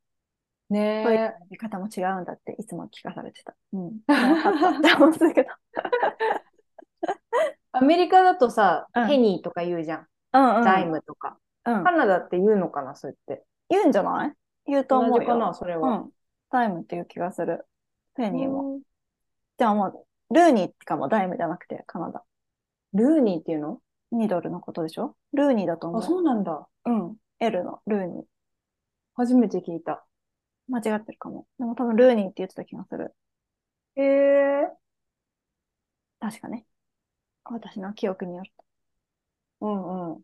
Speaker 2: ね
Speaker 1: コインの
Speaker 2: え。
Speaker 1: 呼び方も違うんだっていつも聞かされてた。うん。分かったって思ってたけど。
Speaker 2: アメリカだとさ、
Speaker 1: うん
Speaker 2: ペニーとか (laughs) 言うじゃん。
Speaker 1: うん
Speaker 2: ザイムとか。
Speaker 1: うん
Speaker 2: カ。ナダって言うのかな、そうやって。
Speaker 1: 言うんじゃない言うと
Speaker 2: 同
Speaker 1: 思う
Speaker 2: じか
Speaker 1: よ。
Speaker 2: な、それ
Speaker 1: う
Speaker 2: は。
Speaker 1: ん。タイムっていう気がする。ペニーも。
Speaker 2: うん
Speaker 1: じゃあもう、ルーニーかも、ダイムじゃなくて、カナダ。
Speaker 2: ルーニーっていうの
Speaker 1: 2ドルのことでしょルーニーだと思
Speaker 2: あ、
Speaker 1: う。
Speaker 2: そうなんだ。
Speaker 1: うん。L のルーニー。
Speaker 2: 初めて聞いた。
Speaker 1: 間違ってるかも。でも多分ルーニーって言ってた気がする。
Speaker 2: へえ。
Speaker 1: 確かね。私の記憶によると。
Speaker 2: うんうん。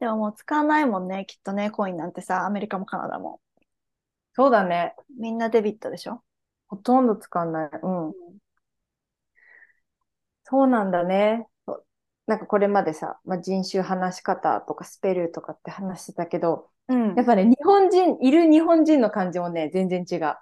Speaker 1: でももう使わないもんね、きっとね、コインなんてさ、アメリカもカナダも。
Speaker 2: そうだね。
Speaker 1: みんなデビットでしょ
Speaker 2: ほとんど使わない。うん。そうなんだね。そうなんかこれまでさ、まあ、人種話し方とかスペルとかって話してたけど、
Speaker 1: うん
Speaker 2: やっぱね、日本人、いる日本人の感じもね、全然違う。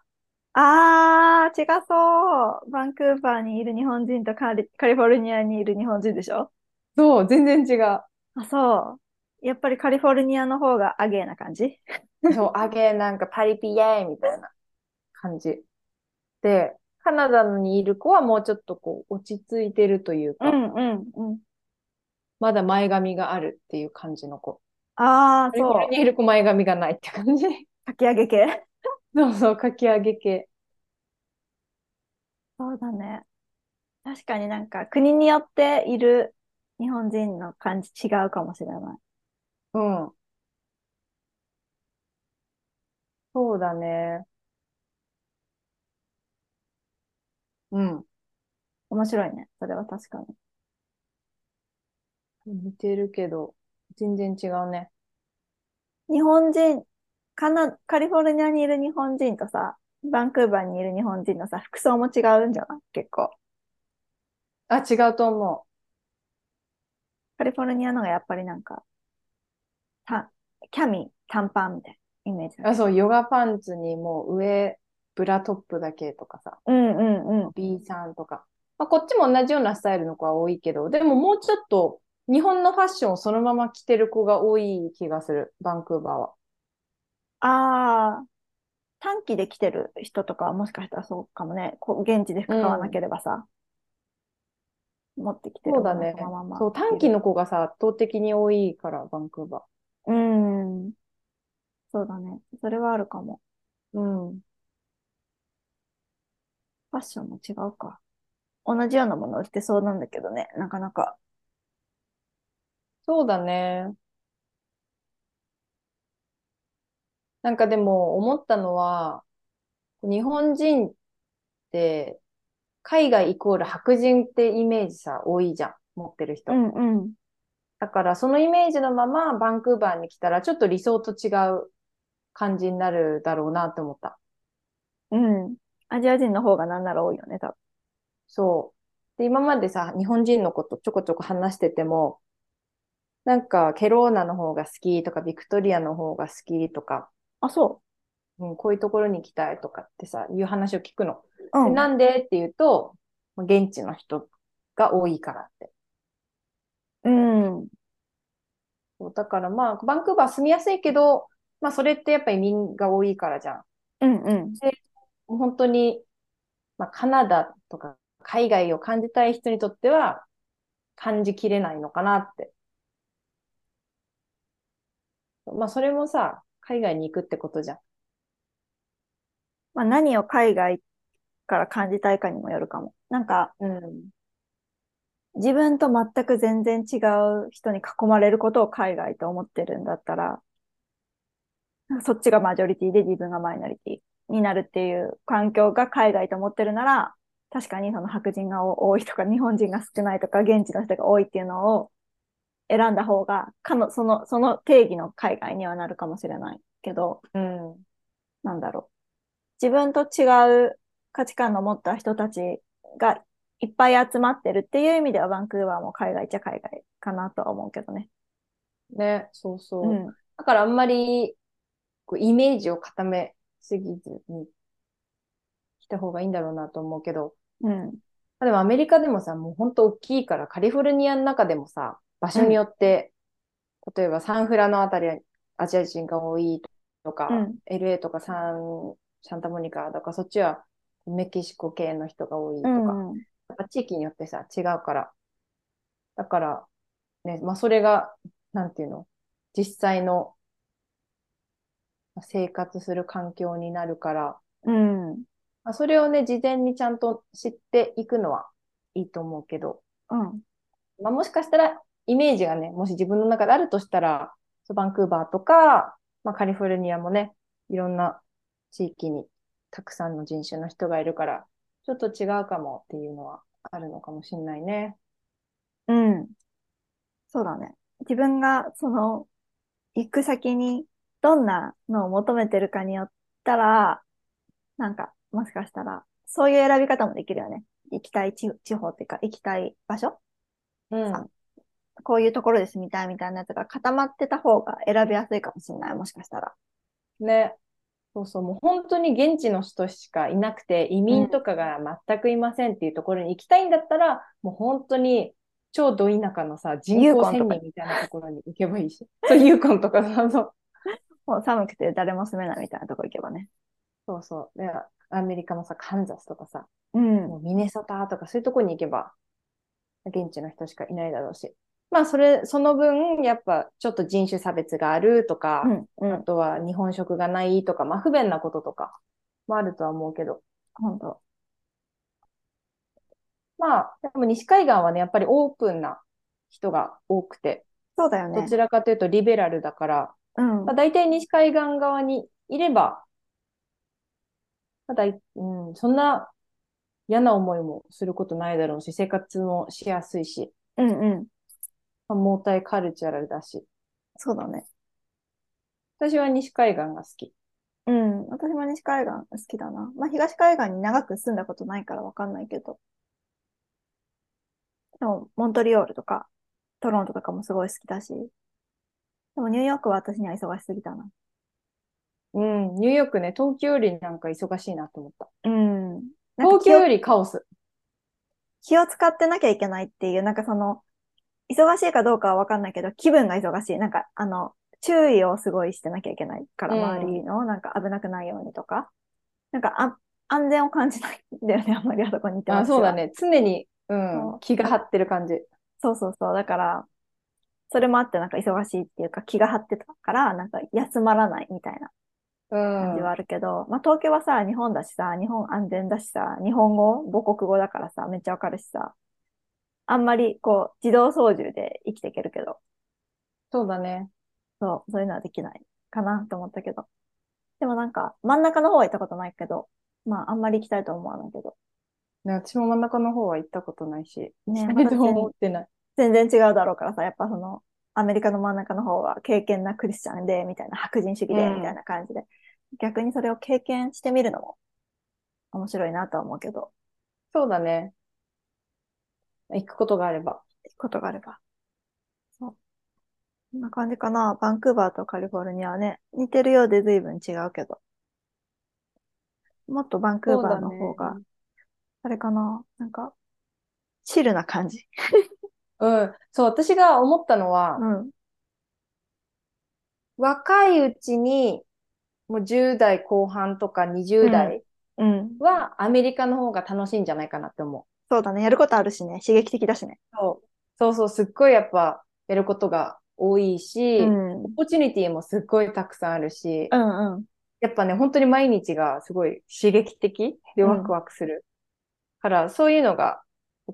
Speaker 1: あー、違そう。バンクーバーにいる日本人とカリ、カリフォルニアにいる日本人でしょ
Speaker 2: そう、全然違う。
Speaker 1: あ、そう。やっぱりカリフォルニアの方がアゲーな感じ
Speaker 2: (laughs) そう、あげ、なんかパリピイエーイみたいな感じ。で、カナダにいる子はもうちょっとこう、落ち着いてるというか、
Speaker 1: うんうん。
Speaker 2: まだ前髪があるっていう感じの子。
Speaker 1: あー、
Speaker 2: カリフォ
Speaker 1: そ
Speaker 2: ルニアにいる子前髪がないって感じ。
Speaker 1: う。かき揚げ系。
Speaker 2: (laughs) そうそう、かき揚げ系。
Speaker 1: そうだね。確かになんか国によっている日本人の感じ違うかもしれない。
Speaker 2: うん。そうだね。うん。
Speaker 1: 面白いね。それは確かに。
Speaker 2: 似てるけど、全然違うね。
Speaker 1: 日本人、カナ、カリフォルニアにいる日本人とさ、バンクーバーにいる日本人のさ、服装も違うんじゃない結構。
Speaker 2: あ、違うと思
Speaker 1: カリフォルニアのがやっぱりなんか、た、キャミ、短パンみたいなイメージ
Speaker 2: う。あ、そう、ヨガパンツにもう上、ブラトップだけとかさ、
Speaker 1: うんうんうん。
Speaker 2: B さんとか。まあ、こっちも同じようなスタイルの子は多いけど、でももうちょっと日本のファッションをそのまま着てる子が多い気がする、バンクーバーは。
Speaker 1: ああ、短期で来てる人とかはもしかしたらそうかもね。こう現地で服買わなければさ、持ってきてる
Speaker 2: そうだ
Speaker 1: もの
Speaker 2: ね
Speaker 1: そのまま。
Speaker 2: そう、短期の子がさ、圧倒的に多いから、バンクーバー。
Speaker 1: うん。そうだね。それはあるかも。
Speaker 2: うん。
Speaker 1: ファッションも違うか。同じようなもの売ってそうなんだけどね。なかなか。
Speaker 2: そうだね。なんかでも思ったのは、日本人って海外イコール白人ってイメージさ、多いじゃん、持ってる人。
Speaker 1: んうん。
Speaker 2: だからそのイメージのままバンクーバーに来たらちょっと理想と違う感じになるだろうなって思った。
Speaker 1: うん。アジア人の方がなんなら多いよね、多分。
Speaker 2: そう。で、今までさ、日本人のことちょこちょこ話してても、なんか、ケローナの方が好きとか、ビクトリアの方が好きとか、
Speaker 1: あ、そ
Speaker 2: うん、こういうところに行きたいとかってさ、いう話を聞くの。
Speaker 1: う。う
Speaker 2: で
Speaker 1: ん。
Speaker 2: なんでっていうと、現地の人が多いからって。
Speaker 1: うん。
Speaker 2: そうだからまあ、バンクーバー住みやすいけど、まあ、それってやっぱり移民が多いからじゃん。
Speaker 1: うんうん。
Speaker 2: もう本当に、まあ、カナダとか海外を感じたい人にとっては、感じきれないのかなって。まあ、それもさ、海外に行くってことじゃん。
Speaker 1: まあ、何を海外から感じたいかにもよるかも。なんか、
Speaker 2: うん。
Speaker 1: 自分と全く全然違う人に囲まれることを海外と思ってるんだったら、そっちがマジョリティで自分がマイノリティになるっていう環境が海外と思ってるなら、確かにその白人が多いとか日本人が少ないとか現地の人が多いっていうのを選んだ方が、かの、その、その定義の海外にはなるかもしれないけど、
Speaker 2: うん。
Speaker 1: なんだろう。自分と違う価値観の持った人たちがいっぱい集まってるっていう意味ではバンクーバーも海外っちゃ海外かなとは思うけどね。
Speaker 2: ね、そうそう。
Speaker 1: うん。
Speaker 2: だからあんまり、こう、イメージを固めすぎずに来た方がいいんだろうなと思うけど、
Speaker 1: うん。
Speaker 2: まあでもアメリカでもさ、もう本当大きいから、カリフォルニアの中でもさ、場所によって、例えばサンフラのあたりはアジア人が多いとか、
Speaker 1: うん
Speaker 2: LA とかサン、サンタモニカとか、そっちはメキシコ系の人が多いと
Speaker 1: う
Speaker 2: か、
Speaker 1: ん。うん。
Speaker 2: やっぱ地域によってさ、違うから。だから、ね、まあそれが、なんていうの、実際のまあ生活する環境になるから、
Speaker 1: うん。
Speaker 2: まあ、それをね、事前にちゃんと知っていくのはいいと思うけど、まあもしかしたら、イメージがね、もし自分の中であるとしたら、そうバンクーバーとか、まあカリフォルニアもね、いろんな地域にたくさんの人種の人がいるから、ちょっと違うかもっていうのはあるのかもしれないね。
Speaker 1: うん。そうだね。自分がその行く先にどんなのを求めてるかによったら、なんかもしかしたらそういう選び方もできるよね。行きたい地地方っていうか行きたい場所
Speaker 2: うん
Speaker 1: さこういうところで住みたいみたいなやつが固まってた方が選びやすいかもしれない、もしかしたら。
Speaker 2: ね。そうそう、もう本当に現地の人しかいなくて、移民とかが全くいませんっていうところに行きたいんだったら、もう本当に超ど田舎のさ、人
Speaker 1: ユー
Speaker 2: 口
Speaker 1: コンとか
Speaker 2: 1000人みたいなところに行けばいいし。 (laughs) そう、ユーコンとかさ、そう
Speaker 1: もう寒くて誰も住めないみたいなとこ行けばね。
Speaker 2: そうそう。で、アメリカもさ、カンザスとかさ、
Speaker 1: うん。
Speaker 2: もうミネソタとかそういうところに行けば、現地の人しかいないだろうし。まあ、それ、その分、やっぱちょっと人種差別があるとか、
Speaker 1: うん、う
Speaker 2: あ
Speaker 1: ん、
Speaker 2: とは日本食がないとか、まあ、不便なこととかもあるとは思うけど、
Speaker 1: 本当。
Speaker 2: まあ、でも西海岸はね、やっぱりオープンな人が多くて、
Speaker 1: そうだよ
Speaker 2: ど
Speaker 1: ね
Speaker 2: ち。らかというとリベラルだから、
Speaker 1: うん
Speaker 2: まあ、、大体西海岸側にいれば、まあだいうん、そんな嫌な思いもすることないだろうし、生活もしやすいし、
Speaker 1: うん、うん。
Speaker 2: まあ、モータイカルチャラルだし、
Speaker 1: そうだね。
Speaker 2: 私は西海岸が好き。
Speaker 1: うん。私も西海岸好きだな。まあ、東海岸に長く住んだことないからわかんないけど。でも、モントリオールとか、トロントとかもすごい好きだし。でも、ニューヨークは私には忙しすぎたな。
Speaker 2: うん、ニューヨークね、東京よりなんか忙しいなと思った。
Speaker 1: うん。なんか
Speaker 2: 東京よりカオス。
Speaker 1: 気を使ってなきゃいけないっていう、なんかその、忙しいかどうかはわかんないけど、気分が忙しい。なんか、あの、注意をすごいしてなきゃいけないから、
Speaker 2: うん
Speaker 1: 周りの、なんか危なくないようにとか。なんか、あ、安全を感じないんだよね、あんまりあそこに行って
Speaker 2: あ、
Speaker 1: 私
Speaker 2: そうだ
Speaker 1: は。
Speaker 2: ね。常に、う、
Speaker 1: そうん
Speaker 2: 気が張ってる感じ。
Speaker 1: そうそうそう。だから、それもあって、なんか忙しいっていうか、気が張ってたから、なんか休まらないみたいな
Speaker 2: う
Speaker 1: 感
Speaker 2: ん
Speaker 1: じ。はあるけど、まあ東京はさ、日本だしさ、日本安全だしさ、日本語、母国語だからさ、めっちゃわかるしさ、あんまりこう、自動操縦で生きていけるけど、
Speaker 2: そうだね。
Speaker 1: そう、そういうのはできないかなと思ったけど。でもなんか、真ん中の方は行ったことないけど、まああんまり行きたいとは思わないけど、
Speaker 2: ね、私も真ん中の方は行ったことないし、
Speaker 1: ね
Speaker 2: 行きた
Speaker 1: ま
Speaker 2: い
Speaker 1: た
Speaker 2: とも思ってない。
Speaker 1: 全然違うだろうからさ、やっぱその、アメリカの真ん中の方は敬虔なクリスチャンで、みたいな、白人主義で、
Speaker 2: うん
Speaker 1: みたいな感じで、逆にそれを経験してみるのも面白いなとは思うけど、
Speaker 2: そうだね。行くことがあれば。
Speaker 1: ことがあれば。そう。こんな感じかな。バンクーバーとカリフォルニアはね、似てるようで随分違うけど。もっとバンクーバーの方が、あれかな。なんか、チルな感じ。
Speaker 2: うん。そう、私が思ったのは、
Speaker 1: うん。
Speaker 2: 若いうちに、もう10代後半とか20代
Speaker 1: うん。
Speaker 2: はアメリカの方が楽しいんじゃないかなって思
Speaker 1: そうだね。やることあるしね。刺激的だしね。
Speaker 2: う。そう。そうそう、すっごいやっぱやることが多いし、
Speaker 1: う
Speaker 2: オ
Speaker 1: ん。
Speaker 2: ポチュニティもすっごいたくさんあるし、
Speaker 1: うんうん。
Speaker 2: やっぱね、本当に毎日がすごい刺激的で
Speaker 1: うん
Speaker 2: ワクワクする。から、そういうのが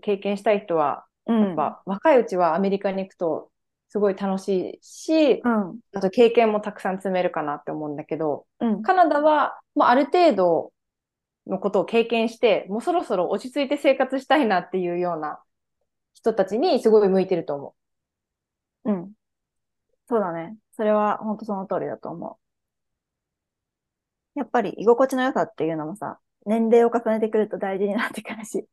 Speaker 2: 経験したい人は、
Speaker 1: うん。
Speaker 2: やっぱ若いうちはアメリカに行くとすごい楽しいし、
Speaker 1: うん。
Speaker 2: あと経験もたくさん積めるかなって思うんだけど、
Speaker 1: うん。
Speaker 2: カナダは、まあ、ある程度のことを経験して、もうそろそろ落ち着いて生活したいなっていうような人たちにすごい向いてると思
Speaker 1: うん。そうだね。それは本当その通りだと思う。やっぱり居心地の良さっていうのもさ、年齢を重ねてくると大事になってくるし。
Speaker 2: う。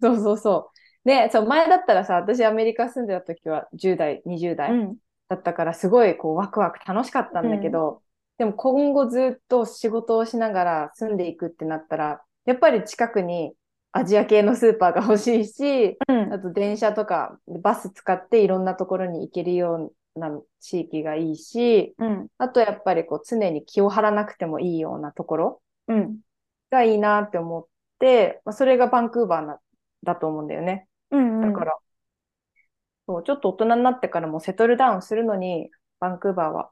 Speaker 2: そうそうそう。ね、そう、前だったらさ、私アメリカ住んでた時は10代、20代
Speaker 1: ん。
Speaker 2: だったから、すごいこうワクワク楽しかったんだけど、でも今後ずっと仕事をしながら住んでいくってなったら、やっぱり近くにアジア系のスーパーが欲しいし、
Speaker 1: うん。
Speaker 2: あと電車とかバス使っていろんなところに行けるような地域がいいし、
Speaker 1: うん。
Speaker 2: あとやっぱりこう常に気を張らなくてもいいようなところ
Speaker 1: うん。
Speaker 2: がいいなって思って、まあ、それがバンクーバーなだと思うんだよね。
Speaker 1: うん。
Speaker 2: だから、そう、ちょっと大人になってからもセトルダウンするのに、バンクーバーは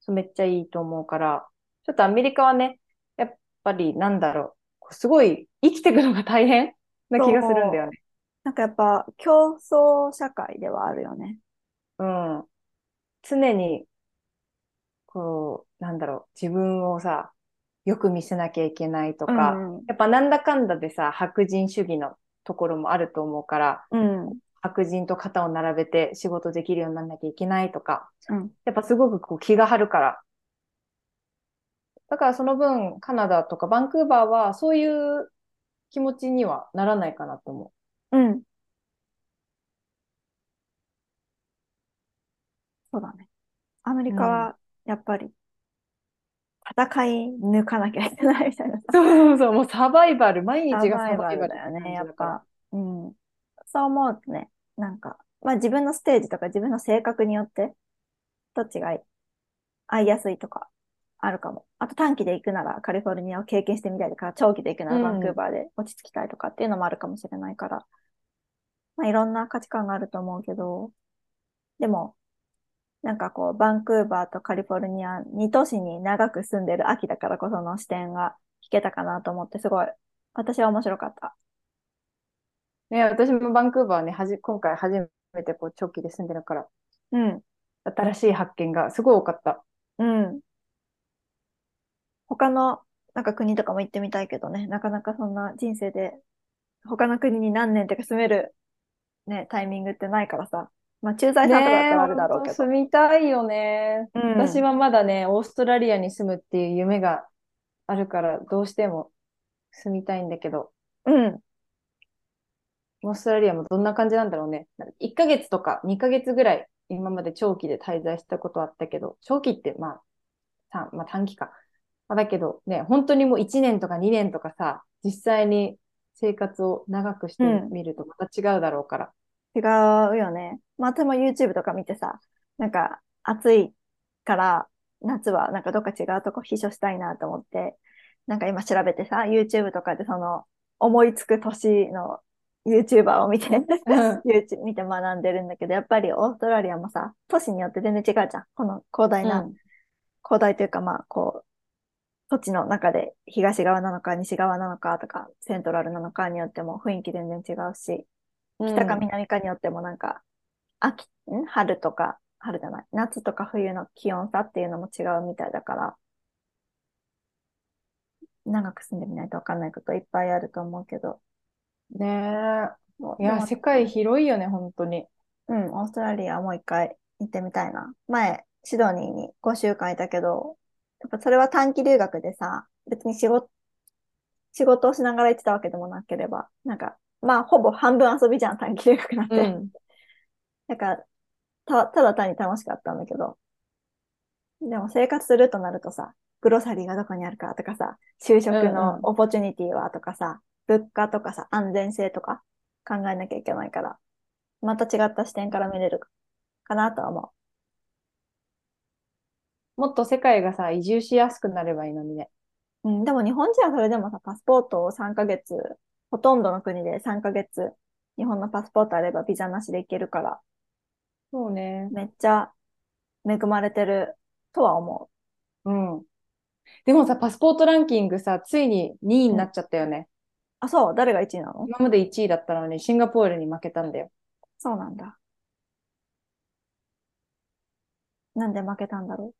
Speaker 2: そうめっちゃいいと思うから、ちょっとアメリカはね、やっぱりなんだろう、こうすごい生きていくのが大変な気がするんだよね。
Speaker 1: なんかやっぱ競争社会ではあるよね。
Speaker 2: うん。常に、こう、なんだろう、自分をさ、よく見せなきゃいけないとか、
Speaker 1: うん
Speaker 2: やっぱなんだかんだでさ、白人主義のところもあると思うから、
Speaker 1: うん。
Speaker 2: 白人と肩を並べて仕事できるようにならなきゃいけないとか、
Speaker 1: うん
Speaker 2: やっぱすごくこう気が張るから。だからその分、カナダとかバンクーバーはそういう気持ちにはならないかなと思う。
Speaker 1: うん。そうだね。アメリカはやっぱり戦い抜かなきゃいけないみたいな。
Speaker 2: そうそうそう、もうサバイバル、毎日がサバイバル
Speaker 1: だよね、
Speaker 2: って
Speaker 1: やっ
Speaker 2: 感じだから
Speaker 1: ぱ。うん。そう思うとね、なんか、まあ自分のステージとか自分の性格によって、どっちが合いやすいとかあるかも。あと短期で行くならカリフォルニアを経験してみたいとか、長期で行くなら
Speaker 2: うん
Speaker 1: バンクーバーで落ち着きたいとかっていうのもあるかもしれないから、まあいろんな価値観があると思うけど、でも、なんかこう、バンクーバーとカリフォルニア、2都市に長く住んでる秋だからこその視点が聞けたかなと思って、すごい、私は面白かった。
Speaker 2: ね、私もバンクーバーね、はじ、今回初めてこう長期で住んでるから、
Speaker 1: うん、
Speaker 2: 新しい発見がすごい多かった。
Speaker 1: うん。他の、なんか国とかも行ってみたいけどね、なかなかそんな人生で、他の国に何年とか住める、ね、タイミングってないからさ、まあ、駐在さんとかだったらあるだろうけど。
Speaker 2: 住みたいよね。
Speaker 1: うん
Speaker 2: 私はまだね、オーストラリアに住むっていう夢があるから、どうしても住みたいんだけど、
Speaker 1: うん、
Speaker 2: オーストラリアもどんな感じなんだろうね。1ヶ月とか2ヶ月ぐらい、今まで長期で滞在したことあったけど、長期ってまあ、短まあ、短期か。まあだけどね、本当にもう1年とか2年とかさ、実際に生活を長くして
Speaker 1: うん
Speaker 2: みるとまた違うだろうから。
Speaker 1: 違うよね。まあ、でも YouTube とか見てさ、なんか暑いから夏はなんかどっか違うとこ避暑したいなと思って、なんか今調べてさ、YouTube とかでその思いつく年の YouTuber を見て、
Speaker 2: ん
Speaker 1: (laughs) YouTube 見て学んでるんだけど、やっぱりオーストラリアもさ、都市によって全然違うじゃん。この広大な、広大というかまあこう、土地の中で東側なのか西側なのかとか、セントラルなのかによっても雰囲気全然違うし、
Speaker 2: うん
Speaker 1: 北か南かによってもなんか、秋、ん春とか、春じゃない、夏とか冬の気温差っていうのも違うみたいだから、長く住んでみないとわかんないこといっぱいあると思うけど、
Speaker 2: ね
Speaker 1: もう
Speaker 2: え。いや、
Speaker 1: でも
Speaker 2: 世界広いよね、本当に。
Speaker 1: うん、オーストラリアもう一回行ってみたいな。前、シドニーに5週間いたけど、やっぱそれは短期留学でさ、別に仕事、仕事をしながら行ってたわけでもなければ、なんか、まあ、ほぼ半分遊びじゃん、短期留学なんて。
Speaker 2: うん。
Speaker 1: なんか、た、ただ単に楽しかったんだけど。でも生活するとなるとさ、グロサリーがどこにあるかとかさ、就職
Speaker 2: うんう
Speaker 1: の
Speaker 2: ん
Speaker 1: オポチュニティはとかさ、物価とかさ、安全性とか考えなきゃいけないから、また違った視点から見れるかなとは思
Speaker 2: もっと世界がさ、移住しやすくなればいいのにね。
Speaker 1: う。うん、でも日本人はそれでもさ、パスポートを3ヶ月、ほとんどの国で3ヶ月、日本のパスポートあればビザなしで行けるから、
Speaker 2: そうね。
Speaker 1: めっちゃ恵まれてるとは思
Speaker 2: うん。でもさ、パスポートランキングさ、ついに2位になっちゃったよね。
Speaker 1: う。あ、そう、誰が1位なの
Speaker 2: 今まで1位だったのに、シンガポールに負けたんだよ。
Speaker 1: そうなんだ。なんで負けたんだろ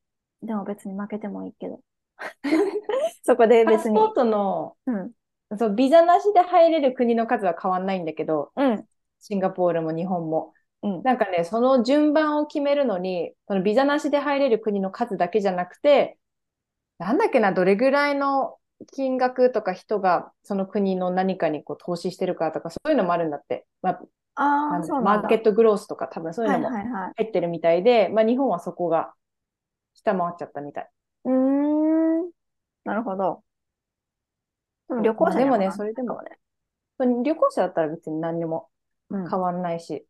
Speaker 1: う。でも別に負けてもいいけど。 (laughs) そこで
Speaker 2: パ
Speaker 1: 別
Speaker 2: ス
Speaker 1: に。
Speaker 2: ポートの、
Speaker 1: うん。
Speaker 2: そう、ビザなしで入れる国の数は変わんないんだけど、
Speaker 1: うん。
Speaker 2: シンガポールも日本も。
Speaker 1: うん。
Speaker 2: なんかね、その順番を決めるのに、そのビザなしで入れる国の数だけじゃなくて、なんだっけな、どれぐらいの金額とか人がその国の何かにこう投資してるかとか、そういうのもあるんだって。まあ
Speaker 1: あ
Speaker 2: なん
Speaker 1: あ、
Speaker 2: だ
Speaker 1: そうな
Speaker 2: マ
Speaker 1: ん
Speaker 2: ー
Speaker 1: だ。
Speaker 2: ケットグロースとか多分そういう
Speaker 1: は
Speaker 2: の
Speaker 1: い
Speaker 2: も
Speaker 1: はいはい。
Speaker 2: 入ってるみたいで、まあ日本はそこが下回っちゃったみたい。
Speaker 1: うーん。なるほど。でも旅行者には
Speaker 2: でもねそれでも
Speaker 1: わかんない
Speaker 2: 旅行者だったら別に何にも
Speaker 1: かもね。
Speaker 2: 変わんないし、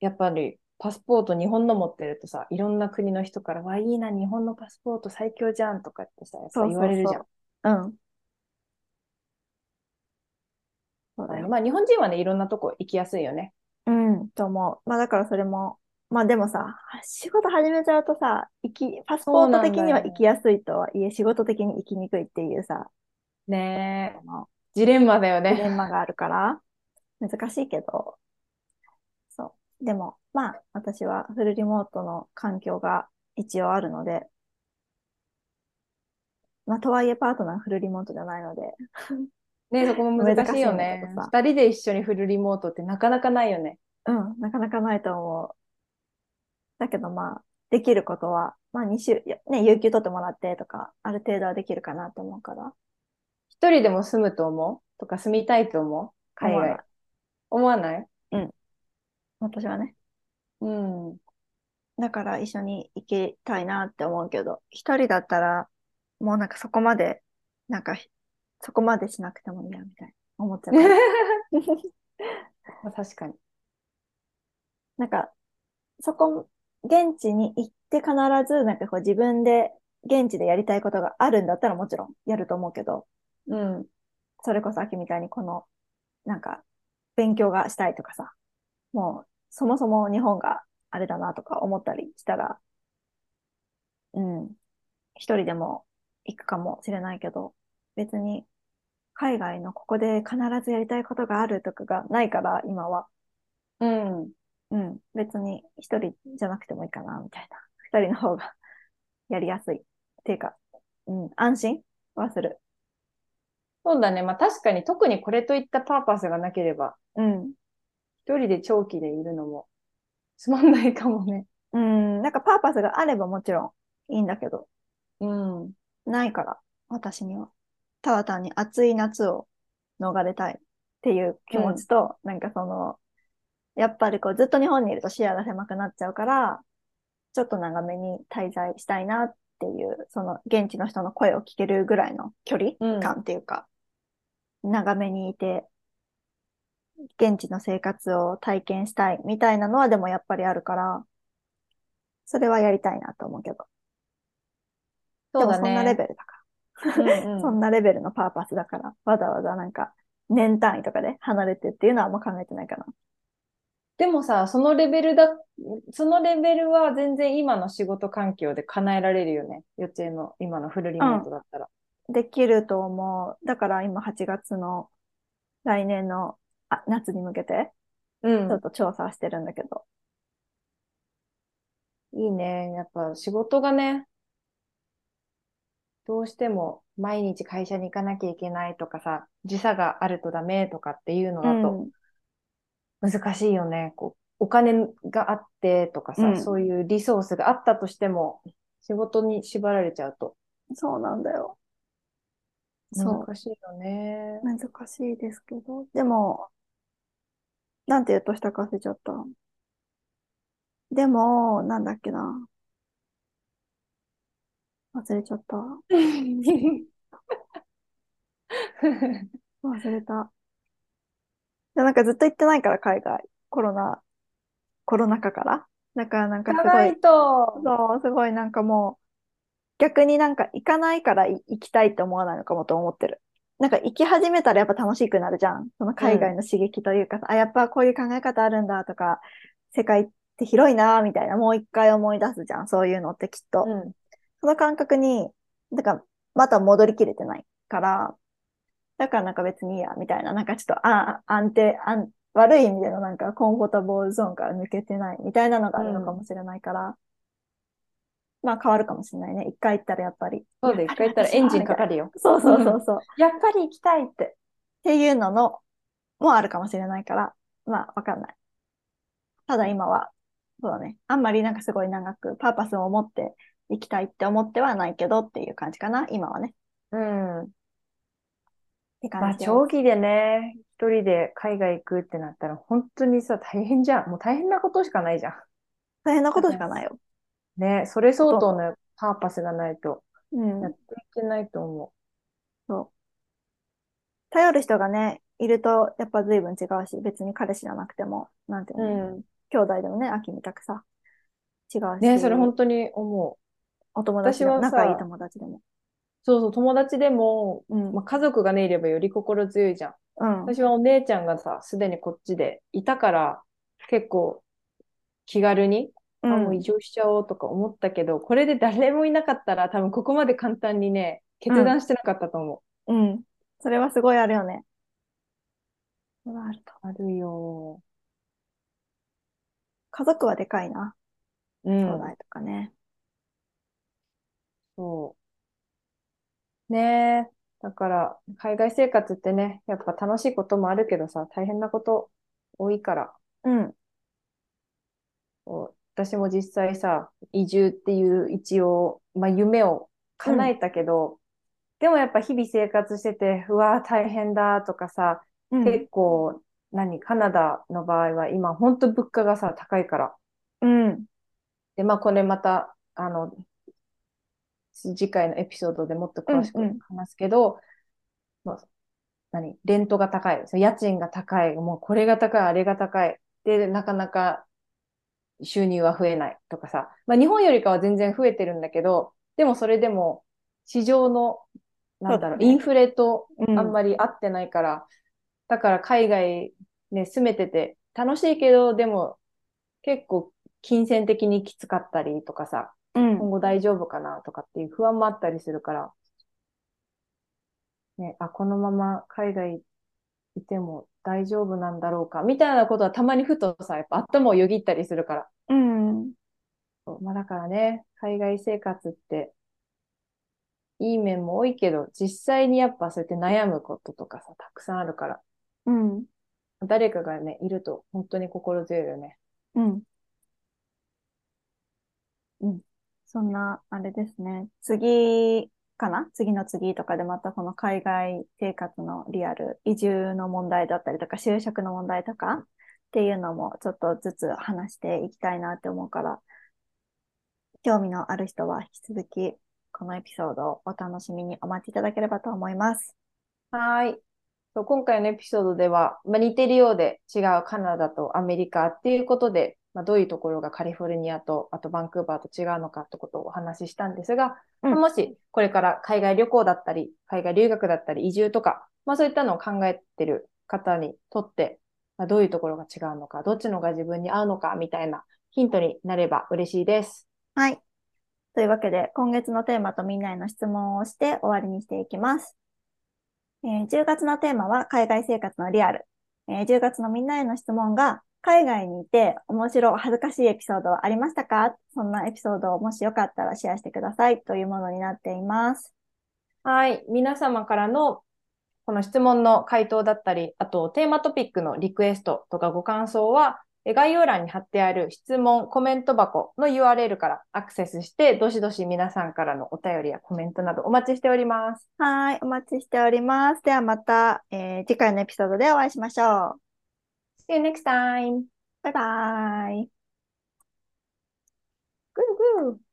Speaker 2: やっぱりパスポート日本の持ってるとさ、いろんな国の人から、わ、いいな、日本のパスポート最強じゃんとかってさ、やっぱ
Speaker 1: そうそうそう
Speaker 2: 言われるじゃん。
Speaker 1: うん。うん。そうだよ。
Speaker 2: まあ日本人はね、いろんなとこ行きやすいよね。
Speaker 1: うん、と思う。まあだからそれも、まあでもさ、仕事始めちゃうとさ、行き、パスポート的には行きやすいとはいえ、仕事的に行きにくいっていうさ、
Speaker 2: ねえ、
Speaker 1: あの
Speaker 2: ジレンマだよ
Speaker 1: ジレ
Speaker 2: ね。
Speaker 1: ンマがあるから、難しいけど、そう。でも、まあ、私はフルリモートの環境が一応あるので、まあ、とはいえパートナーフルリモートじゃないので、
Speaker 2: ねそこも難しい
Speaker 1: 難し
Speaker 2: よ
Speaker 1: いん
Speaker 2: ね
Speaker 1: だけどさ。
Speaker 2: 二人で一緒にフルリモートってなかなかないよね。
Speaker 1: うん、なかなかないと思う。だけどまあ、できることは、まあ2週、いやね、有給取ってもらってとか、ある程度はできるかなと思うから。
Speaker 2: 一人でも住むと思うとか住みたいと思う海
Speaker 1: 思わない
Speaker 2: 外。思わない
Speaker 1: 私はね。
Speaker 2: うん。
Speaker 1: だから一緒に行きたいなって思うけど、一人だったら、もうなんかそこまで、なんか、そこまでしなくてもいいや、みたいな。思っちゃ
Speaker 2: (laughs)
Speaker 1: う (laughs) から。
Speaker 2: まあ確かに。
Speaker 1: なんか、そこ、現地に行って必ず、なんかこう自分で、現地でやりたいことがあるんだったらもちろんやると思うけど、
Speaker 2: うん。
Speaker 1: それこそ秋みたいにこの、なんか、勉強がしたいとかさ、もう、そもそも日本があれだなとか思ったりしたら、うん、一人でも行くかもしれないけど、別に海外のここで必ずやりたいことがあるとかがないから、今は。
Speaker 2: うん。
Speaker 1: うん、別に一人じゃなくてもいいかな、みたいな。二人の方がやりやすい。っていうか、うん、安心はする。
Speaker 2: そうだね。まあ確かに特にこれといったパーパスがなければ、
Speaker 1: うん。
Speaker 2: 一人で長期でいるのもつまんないかもね。
Speaker 1: うん、なんかパーパスがあればもちろんいいんだけど、
Speaker 2: うん。
Speaker 1: ないから、私には。ただ単に暑い夏を逃れたいっていう気持ちと、なんかその、やっぱりこうずっと日本にいると視野が狭くなっちゃうから、ちょっと長めに滞在したいなっていう、その現地の人の声を聞けるぐらいの距
Speaker 2: うん
Speaker 1: 離感っていうか、長めにいて、現地の生活を体験したいみたいなのはでもやっぱりあるから、それはやりたいなと思うけど。
Speaker 2: そう
Speaker 1: で
Speaker 2: だ
Speaker 1: もそんなレ
Speaker 2: ね。
Speaker 1: ベルだか
Speaker 2: うんう
Speaker 1: ら。
Speaker 2: (laughs) ん
Speaker 1: そんなレベルのパーパスだから、わざわざなんか、年単位とかで離れてっていうのはあんま考えてないかな。
Speaker 2: でもさ、そのレベルだ、そのレベルは全然今の仕事環境で叶えられるよね。予定の今のフルリモートだったら。
Speaker 1: できると思う。だから今8月の来年のあ夏に向けて、
Speaker 2: うん
Speaker 1: ちょっと調査してるんだけど。
Speaker 2: いいね。やっぱ仕事がね、どうしても毎日会社に行かなきゃいけないとかさ、時差があるとダメとかっていうのだと
Speaker 1: うん
Speaker 2: 難しいよね。こうお金があってとかさ、
Speaker 1: うん
Speaker 2: そういうリソースがあったとしても、仕事に縛られちゃうと
Speaker 1: そうなんだよ。そう。
Speaker 2: 難しいよ (laughs) ね。
Speaker 1: 難しいですけど。でも、なんて言うとしたか忘れちゃった。でも、なんだっけな。忘れちゃった。忘れた。でなんかずっと行ってないから、海外。コロナ、コロナ禍から。だからなんか
Speaker 2: 行
Speaker 1: す
Speaker 2: か
Speaker 1: ご
Speaker 2: ない
Speaker 1: い、
Speaker 2: と。
Speaker 1: そう、すごいなんかもう、逆になんか行かないからい行きたいって思わないのかもと思ってる。なんか行き始めたらやっぱ楽しくなるじゃん。その海外の刺激というかさ、あ、やっぱこういう考え方あるんだとか、世界って広いなみたいな、もう一回思い出すじゃん。そういうのってきっと。
Speaker 2: うん。
Speaker 1: その感覚に、だから、また戻りきれてないから、だからなんか別にいいや、みたいな、なんかちょっと、ああ、安定、安、悪い意味でのなんかコンフォータボールゾーンから抜けてないみたいなのがあるのかもしれないから、まあ変わるかもしれないね。一回行ったらやっぱり。
Speaker 2: そうで、一回行ったらエンジンかかるよ。
Speaker 1: そうそうそうそう。っ
Speaker 2: やっぱり行きたいって。
Speaker 1: ていうのの、もあるかもしれないから、まあわかんない。ただ今は、そうだね。あんまりなんかすごい長く、パーパスを持って行きたいって思ってはないけどっていう感じかな、今はね。
Speaker 2: うん。
Speaker 1: って感
Speaker 2: まあ、
Speaker 1: じです
Speaker 2: 長期でね、一人で海外行くってなったら、本当にさ、大変じゃん。もう大変なことしかないじゃん。
Speaker 1: 大変なことしかないよ。
Speaker 2: ね、それ相当のパーパスがないと、
Speaker 1: うん
Speaker 2: やっていけないと思
Speaker 1: 頼る人がね、いると、やっぱ随分違うし、別に彼氏じゃなくても、なんていう
Speaker 2: う。
Speaker 1: の、
Speaker 2: ん。
Speaker 1: 兄弟でもね、秋みたくさ、違うし、
Speaker 2: ね、それ本当に思う。
Speaker 1: お友達でも、
Speaker 2: 私はさ
Speaker 1: 仲いい友達でも。
Speaker 2: そうそう、友達でも、
Speaker 1: うん。
Speaker 2: まあ、家族がね、いればより心強いじゃん。
Speaker 1: うん。
Speaker 2: 私はお姉ちゃんがさ、すでにこっちでいたから、結構気軽に、
Speaker 1: う
Speaker 2: あ、
Speaker 1: ん
Speaker 2: もう移住しちゃおうとか思ったけど、これで誰もいなかったら、多分ここまで簡単にね、決断してなかったと思
Speaker 1: うん。それはすごいあるよね。それはあると。
Speaker 2: う。あるよ
Speaker 1: 家族はでかいな。
Speaker 2: ー。う
Speaker 1: 兄
Speaker 2: ん
Speaker 1: 弟。とかね。
Speaker 2: そう。ねえ。だから、海外生活ってね、やっぱ楽しいこともあるけどさ、大変なこと多いから、
Speaker 1: うん。
Speaker 2: こう私も実際さ、移住っていう一応、まあ夢を叶えたけど、でもやっぱ日々生活してて、うわー大変だとかさ、
Speaker 1: うん。
Speaker 2: 結構、何、カナダの場合は今本当物価がさ、高いから。
Speaker 1: うん。
Speaker 2: で、まあこれまた、あの、次回のエピソードでもっと詳しく
Speaker 1: うんうん
Speaker 2: 話すけど、もう何、レントが高い、その家賃が高い、もうこれが高い、あれが高い。で、なかなか収入は増えないとかさ。まあ日本よりかは全然増えてるんだけど、でもそれでも市場の、なんだ
Speaker 1: そ
Speaker 2: ろ
Speaker 1: う
Speaker 2: う、
Speaker 1: だね
Speaker 2: インフレと
Speaker 1: うん。
Speaker 2: あんまり合ってないから、だから海外ね、住めてて楽しいけど、でも結構金銭的にきつかったりとかさ、
Speaker 1: うん。
Speaker 2: 今後大丈夫かなとかっていう不安もあったりするから、ね、あ、このまま海外いても大丈夫なんだろうか、みたいなことはたまにふとさ、やっぱ頭をよぎったりするから。
Speaker 1: うん。
Speaker 2: そうまあだからね、海外生活って、いい面も多いけど、実際にやっぱそうやって悩むこととかさ、たくさんあるから、
Speaker 1: うん。
Speaker 2: 誰かがね、いると本当に心強いよね。
Speaker 1: うん。うん。そんな、あれですね。次かな次の次とかでまたこの海外生活のリアル、移住の問題だったりとか、就職の問題とかっていうのもちょっとずつ話していきたいなって思うから、興味のある人は引き続きこのエピソードをお楽しみにお待ちいただければと思います。
Speaker 2: はーい。そう今回のエピソードでは、まあ、似てるようで違うカナダとアメリカっていうことで、まあ、どういうところがカリフォルニアとあとバンクーバーと違うのかってことをお話ししたんですが、
Speaker 1: うん
Speaker 2: まあもしこれから海外旅行だったり、海外留学だったり、移住とか、まあ、そういったのを考えてる方にとって、まあ、どういうところが違うのか、どっちのが自分に合うのかみたいなヒントになれば嬉しいです。
Speaker 1: はい。というわけで、今月のテーマとみんなへの質問をして終わりにしていきます。えー10月のテーマは海外生活のリアル。えー10月のみんなへの質問が、海外にいて面白、恥ずかしいエピソードはありましたかそんなエピソードをもしよかったらシェアしてくださいというものになっています。
Speaker 2: はい。皆様からのこの質問の回答だったり、あとテーマトピックのリクエストとかご感想は、え概要欄に貼ってある質問、コメント箱の URL からアクセスして、どしどし皆さんからのお便りやコメントなどお待ちしております。
Speaker 1: はい、お待ちしております。ではまた、えー次回のエピソードでお会いしましょう。
Speaker 2: See you next time!
Speaker 1: バイバイ。ー